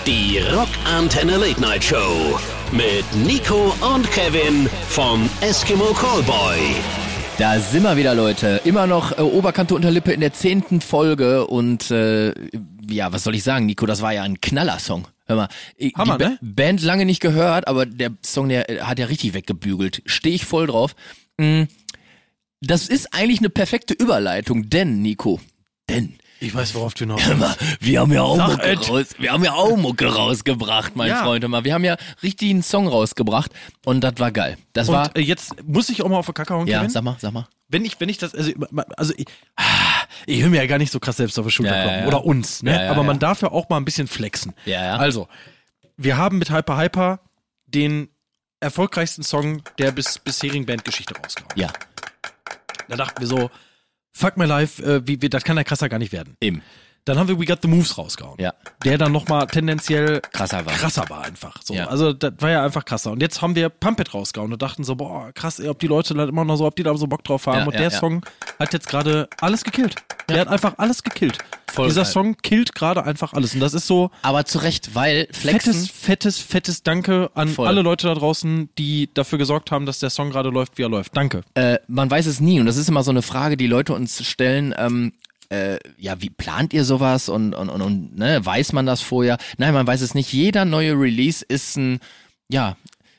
Speaker 1: Die Rockantenne Late Night Show. Mit Nico und Kevin vom Eskimo Callboy.
Speaker 2: Da sind wir wieder, Leute. Immer noch äh, Oberkante Unterlippe in der zehnten Folge und äh, ja, was soll ich sagen, Nico, das war ja ein Knallersong. Hör mal, ich-
Speaker 3: Hammer,
Speaker 2: die Ba-
Speaker 3: ne?
Speaker 2: Band lange nicht gehört, aber der Song, der äh, hat ja richtig weggebügelt. Stehe ich voll drauf. Mm, Das ist eigentlich eine perfekte Überleitung, denn, Nico, denn
Speaker 3: Ich weiß, worauf du hinaus
Speaker 2: Hör mal, wir haben ja auch
Speaker 3: Sag
Speaker 2: Mucke
Speaker 3: et.
Speaker 2: raus, wir haben ja auch Mucke rausgebracht, mein
Speaker 3: Ja.
Speaker 2: Freund. Hör mal, wir haben ja richtig einen Song rausgebracht und das war geil. Das war
Speaker 3: Und äh, jetzt muss ich auch mal auf die Kacke hauen,
Speaker 2: ja,
Speaker 3: Kevin.
Speaker 2: sag mal, sag mal.
Speaker 3: wenn ich, wenn ich das, also, also ich, ich will mir ja gar nicht so krass selbst auf die Schulter
Speaker 2: Ja, ja,
Speaker 3: klopfen.
Speaker 2: ja.
Speaker 3: Oder uns, ne?
Speaker 2: Ja, ja,
Speaker 3: Aber man
Speaker 2: ja.
Speaker 3: darf ja auch mal ein bisschen flexen.
Speaker 2: Ja, ja.
Speaker 3: Also, wir haben mit Hyper Hyper den erfolgreichsten Song der bis, bisherigen Bandgeschichte rausgehauen.
Speaker 2: Ja,
Speaker 3: Da dachten wir so, fuck my life, äh, wie, wie, das kann ja krasser gar nicht werden.
Speaker 2: eben.
Speaker 3: Dann haben wir We Got the Moves rausgehauen.
Speaker 2: Ja.
Speaker 3: Der dann nochmal tendenziell
Speaker 2: Krasser war.
Speaker 3: krasser war einfach. So.
Speaker 2: Ja.
Speaker 3: Also das war ja einfach krasser. Und jetzt haben wir Pumpet rausgehauen und dachten so, boah, krass, ey, ob die Leute da immer noch so, ob die da so Bock drauf haben.
Speaker 2: Ja,
Speaker 3: und
Speaker 2: ja,
Speaker 3: der
Speaker 2: ja.
Speaker 3: Song hat jetzt gerade alles gekillt. Der hat einfach alles gekillt.
Speaker 2: Voll
Speaker 3: Dieser
Speaker 2: geil.
Speaker 3: Song killt gerade einfach alles. Und das ist so
Speaker 2: Aber zu Recht, weil Flexen
Speaker 3: fettes, fettes, fettes Danke an
Speaker 2: Voll.
Speaker 3: alle Leute da draußen, die dafür gesorgt haben, dass der Song gerade läuft, wie er läuft. Danke.
Speaker 2: äh, man weiß es nie und das ist immer so eine Frage, die Leute uns stellen. Ähm, äh, ja, wie plant ihr sowas und, und, und, und ne, weiß man das vorher? Nein, man weiß es nicht. Jeder neue Release ist ein, ja,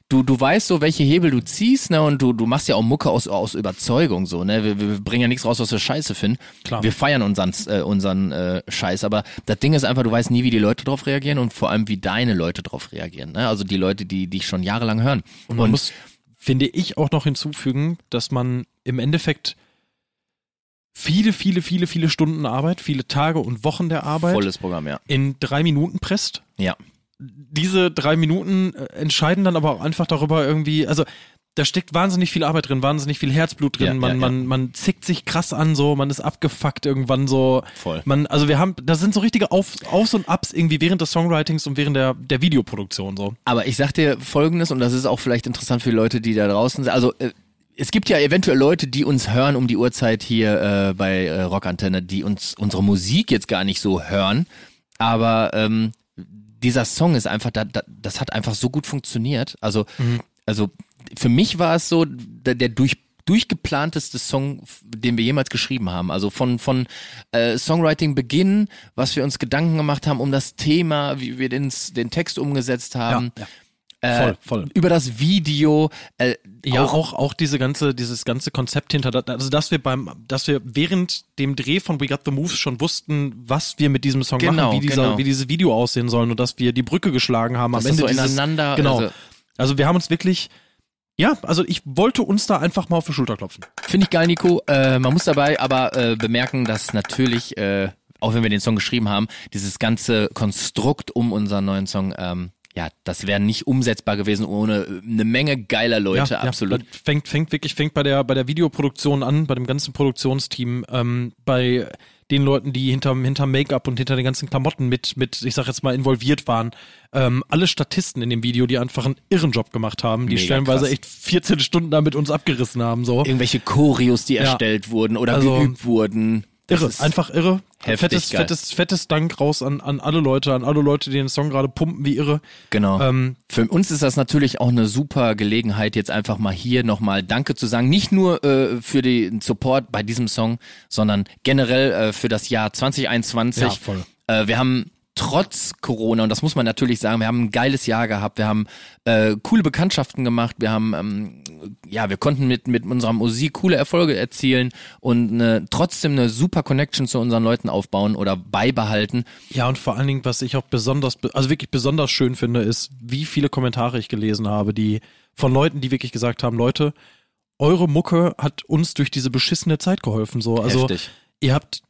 Speaker 2: du, du weißt so, welche Hebel du ziehst, ne, und du, du machst ja auch Mucke aus, aus Überzeugung, so, ne, wir, wir bringen ja nichts raus, was wir scheiße finden.
Speaker 3: Klar.
Speaker 2: Wir feiern unseren, äh, unseren äh, Scheiß, aber das Ding ist einfach, du weißt nie, wie die Leute drauf reagieren und vor allem, wie deine Leute drauf reagieren, ne, also die Leute, die dich schon jahrelang hören.
Speaker 3: Und man muss, finde ich, auch noch hinzufügen, dass man im Endeffekt viele, viele, viele, viele Stunden Arbeit, viele Tage und Wochen der Arbeit
Speaker 2: volles Programm, ja.
Speaker 3: in drei Minuten presst.
Speaker 2: Ja.
Speaker 3: Diese drei Minuten äh, entscheiden dann aber auch einfach darüber irgendwie, also da steckt wahnsinnig viel Arbeit drin, wahnsinnig viel Herzblut drin,
Speaker 2: Ja,
Speaker 3: man,
Speaker 2: ja, ja.
Speaker 3: man, man zickt sich krass an so, man ist abgefuckt irgendwann so.
Speaker 2: Voll.
Speaker 3: Man, also wir haben, da sind so richtige Auf, Aufs und Ups irgendwie während des Songwritings und während der, der Videoproduktion so.
Speaker 2: Aber ich sag dir Folgendes, und das ist auch vielleicht interessant für die Leute, die da draußen sind. Also, äh, es gibt ja eventuell Leute, die uns hören um die Uhrzeit hier äh, bei äh, Rockantenne, die uns unsere Musik jetzt gar nicht so hören. Aber ähm, dieser Song ist einfach, da, da, das hat einfach so gut funktioniert. Also, also für mich war es so, der, der durch durchgeplanteste Song, f- den wir jemals geschrieben haben. Also von, von äh, Songwriting-Beginn, was wir uns Gedanken gemacht haben um das Thema, wie wir den, S- den Text umgesetzt haben,
Speaker 3: Ähm, Voll,
Speaker 2: äh,
Speaker 3: voll.
Speaker 2: über das Video, äh,
Speaker 3: Ja,
Speaker 2: auch,
Speaker 3: auch, auch, diese ganze, dieses ganze Konzept hinter, also dass wir beim, dass wir während dem Dreh von We Got the Moves schon wussten, was wir mit diesem Song
Speaker 2: Genau,
Speaker 3: machen, wie, dieser,
Speaker 2: genau.
Speaker 3: wie dieses Video aussehen sollen und dass wir die Brücke geschlagen haben
Speaker 2: Dass
Speaker 3: am
Speaker 2: das
Speaker 3: Ende.
Speaker 2: so
Speaker 3: dieses,
Speaker 2: ineinander-
Speaker 3: Genau.
Speaker 2: also-
Speaker 3: Also, wir haben uns wirklich, ja, also ich wollte uns da einfach mal auf die Schulter klopfen.
Speaker 2: Finde ich geil, Nico. Äh, man muss dabei aber äh, bemerken, dass natürlich, äh, auch wenn wir den Song geschrieben haben, dieses ganze Konstrukt um unseren neuen Song, ähm, ja, das wäre nicht umsetzbar gewesen ohne äh, eine Menge geiler Leute,
Speaker 3: ja,
Speaker 2: absolut.
Speaker 3: Ja, fängt, fängt wirklich, fängt bei der, bei der Videoproduktion an, bei dem ganzen Produktionsteam, ähm, bei den Leuten, die hinterm, hinterm Make-up und hinter den ganzen Klamotten mit, mit, ich sag jetzt mal, involviert waren. Ähm, alle Statisten in dem Video, die einfach einen irren Job gemacht haben, die
Speaker 2: Mega
Speaker 3: stellenweise
Speaker 2: krass.
Speaker 3: echt 14 Stunden da mit uns abgerissen haben, so.
Speaker 2: Irgendwelche Choreos, die
Speaker 3: Ja.
Speaker 2: erstellt wurden oder
Speaker 3: Also-
Speaker 2: geübt wurden. Das
Speaker 3: Irre,
Speaker 2: ist
Speaker 3: einfach irre.
Speaker 2: heftig
Speaker 3: fettes,
Speaker 2: geil.
Speaker 3: fettes, fettes Dank raus an, an alle Leute, an alle Leute, die den Song gerade pumpen wie irre.
Speaker 2: Genau.
Speaker 3: Ähm,
Speaker 2: Für uns ist das natürlich auch eine super Gelegenheit, jetzt einfach mal hier nochmal Danke zu sagen. Nicht nur äh, für den Support bei diesem Song, sondern generell äh, für das Jahr 2021.
Speaker 3: Ja, voll.
Speaker 2: Äh, wir haben trotz Corona, und das muss man natürlich sagen, wir haben ein geiles Jahr gehabt, wir haben äh, coole Bekanntschaften gemacht, wir haben, ähm, ja, wir konnten mit, mit unserer Musik coole Erfolge erzielen und eine, trotzdem eine super Connection zu unseren Leuten aufbauen oder beibehalten.
Speaker 3: Ja, und vor allen Dingen, was ich auch besonders, be- also wirklich besonders schön finde, ist, wie viele Kommentare ich gelesen habe, die von Leuten, die wirklich gesagt haben, Leute, eure Mucke hat uns durch diese beschissene Zeit geholfen. So, also
Speaker 2: Heftig.
Speaker 3: ihr habt,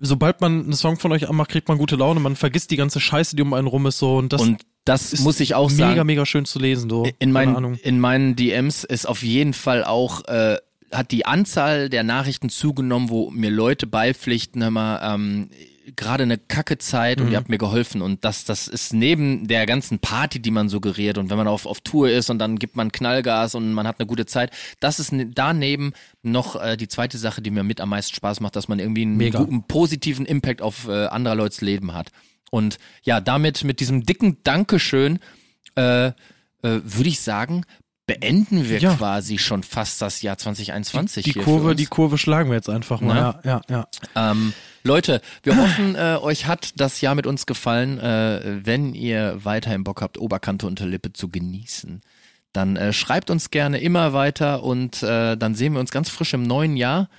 Speaker 3: sobald man einen Song von euch anmacht, kriegt man gute Laune, man vergisst die ganze Scheiße, die um einen rum ist so und das
Speaker 2: und das
Speaker 3: ist
Speaker 2: muss ich auch
Speaker 3: mega,
Speaker 2: sagen.
Speaker 3: mega schön zu lesen. So,
Speaker 2: in,
Speaker 3: Keine
Speaker 2: meinen,
Speaker 3: Ahnung.
Speaker 2: in meinen DMs ist auf jeden Fall auch, äh, hat die Anzahl der Nachrichten zugenommen, wo mir Leute beipflichten, hör mal, ähm, gerade eine kacke Zeit und
Speaker 3: Mhm.
Speaker 2: ihr habt mir geholfen und das, das ist neben der ganzen Party, die man suggeriert und wenn man auf, auf Tour ist und dann gibt man Knallgas und man hat eine gute Zeit, das ist ne- daneben noch äh, die zweite Sache, die mir mit am meisten Spaß macht, dass man irgendwie einen
Speaker 3: Mega.
Speaker 2: guten positiven Impact auf äh, anderer Leute's Leben hat. Und ja, damit mit diesem dicken Dankeschön äh, äh, würde ich sagen, beenden wir
Speaker 3: Ja.
Speaker 2: quasi schon fast das Jahr 2021.
Speaker 3: Die
Speaker 2: hier für
Speaker 3: Kurve,
Speaker 2: uns. Ne?
Speaker 3: die Kurve schlagen wir jetzt einfach mal. Ja, ja, ja.
Speaker 2: Ähm, Leute, wir hoffen, äh, euch hat das Jahr mit uns gefallen. Äh, wenn ihr weiterhin Bock habt, Oberkante unter Lippe zu genießen, dann äh, schreibt uns gerne immer weiter und äh, dann sehen wir uns ganz frisch im neuen Jahr.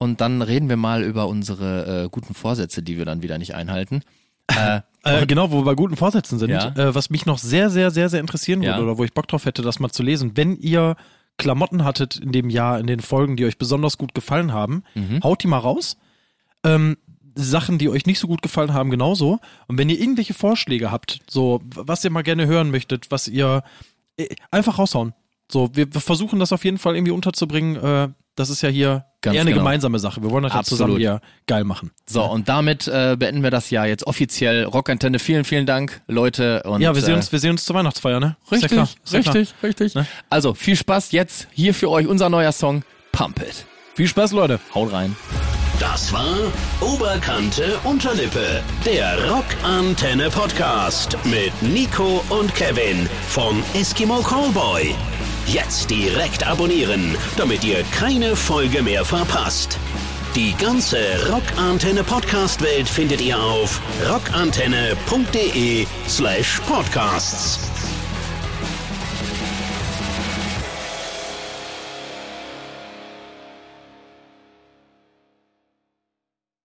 Speaker 2: Und dann reden wir mal über unsere äh, guten Vorsätze, die wir dann wieder nicht einhalten. Äh,
Speaker 3: Äh, genau, wo wir bei guten Vorsätzen sind.
Speaker 2: Ja.
Speaker 3: Äh, was mich noch sehr, sehr, sehr, sehr interessieren würde
Speaker 2: Ja.
Speaker 3: oder wo ich Bock drauf hätte, das mal zu lesen. Wenn ihr Klamotten hattet in dem Jahr, in den Folgen, die euch besonders gut gefallen haben,
Speaker 2: Mhm.
Speaker 3: haut die mal raus. Ähm, Sachen, die euch nicht so gut gefallen haben, genauso. Und wenn ihr irgendwelche Vorschläge habt, so w- was ihr mal gerne hören möchtet, was ihr äh, einfach raushauen. So, wir wir versuchen das auf jeden Fall irgendwie unterzubringen. Äh, das ist ja hier
Speaker 2: Ganz
Speaker 3: eher eine
Speaker 2: genau.
Speaker 3: gemeinsame Sache. Wir wollen das ja
Speaker 2: Absolut.
Speaker 3: zusammen hier geil machen.
Speaker 2: so, und damit äh, beenden wir das Jahr jetzt offiziell. Rockantenne, vielen, vielen Dank, Leute. Und,
Speaker 3: ja, wir sehen,
Speaker 2: äh,
Speaker 3: uns, wir sehen uns zur Weihnachtsfeier, ne? Ist ja klar, ist ja klar.
Speaker 2: richtig. Also viel Spaß jetzt hier für euch unser neuer Song Pump It.
Speaker 3: Viel Spaß, Leute.
Speaker 2: Haut rein.
Speaker 1: Das war Oberkante Unterlippe, der Rockantenne Podcast mit Nico und Kevin vom Eskimo Callboy. Jetzt direkt abonnieren, damit ihr keine Folge mehr verpasst. Die ganze Rockantenne Podcast Welt findet ihr auf rockantenne.de/podcasts.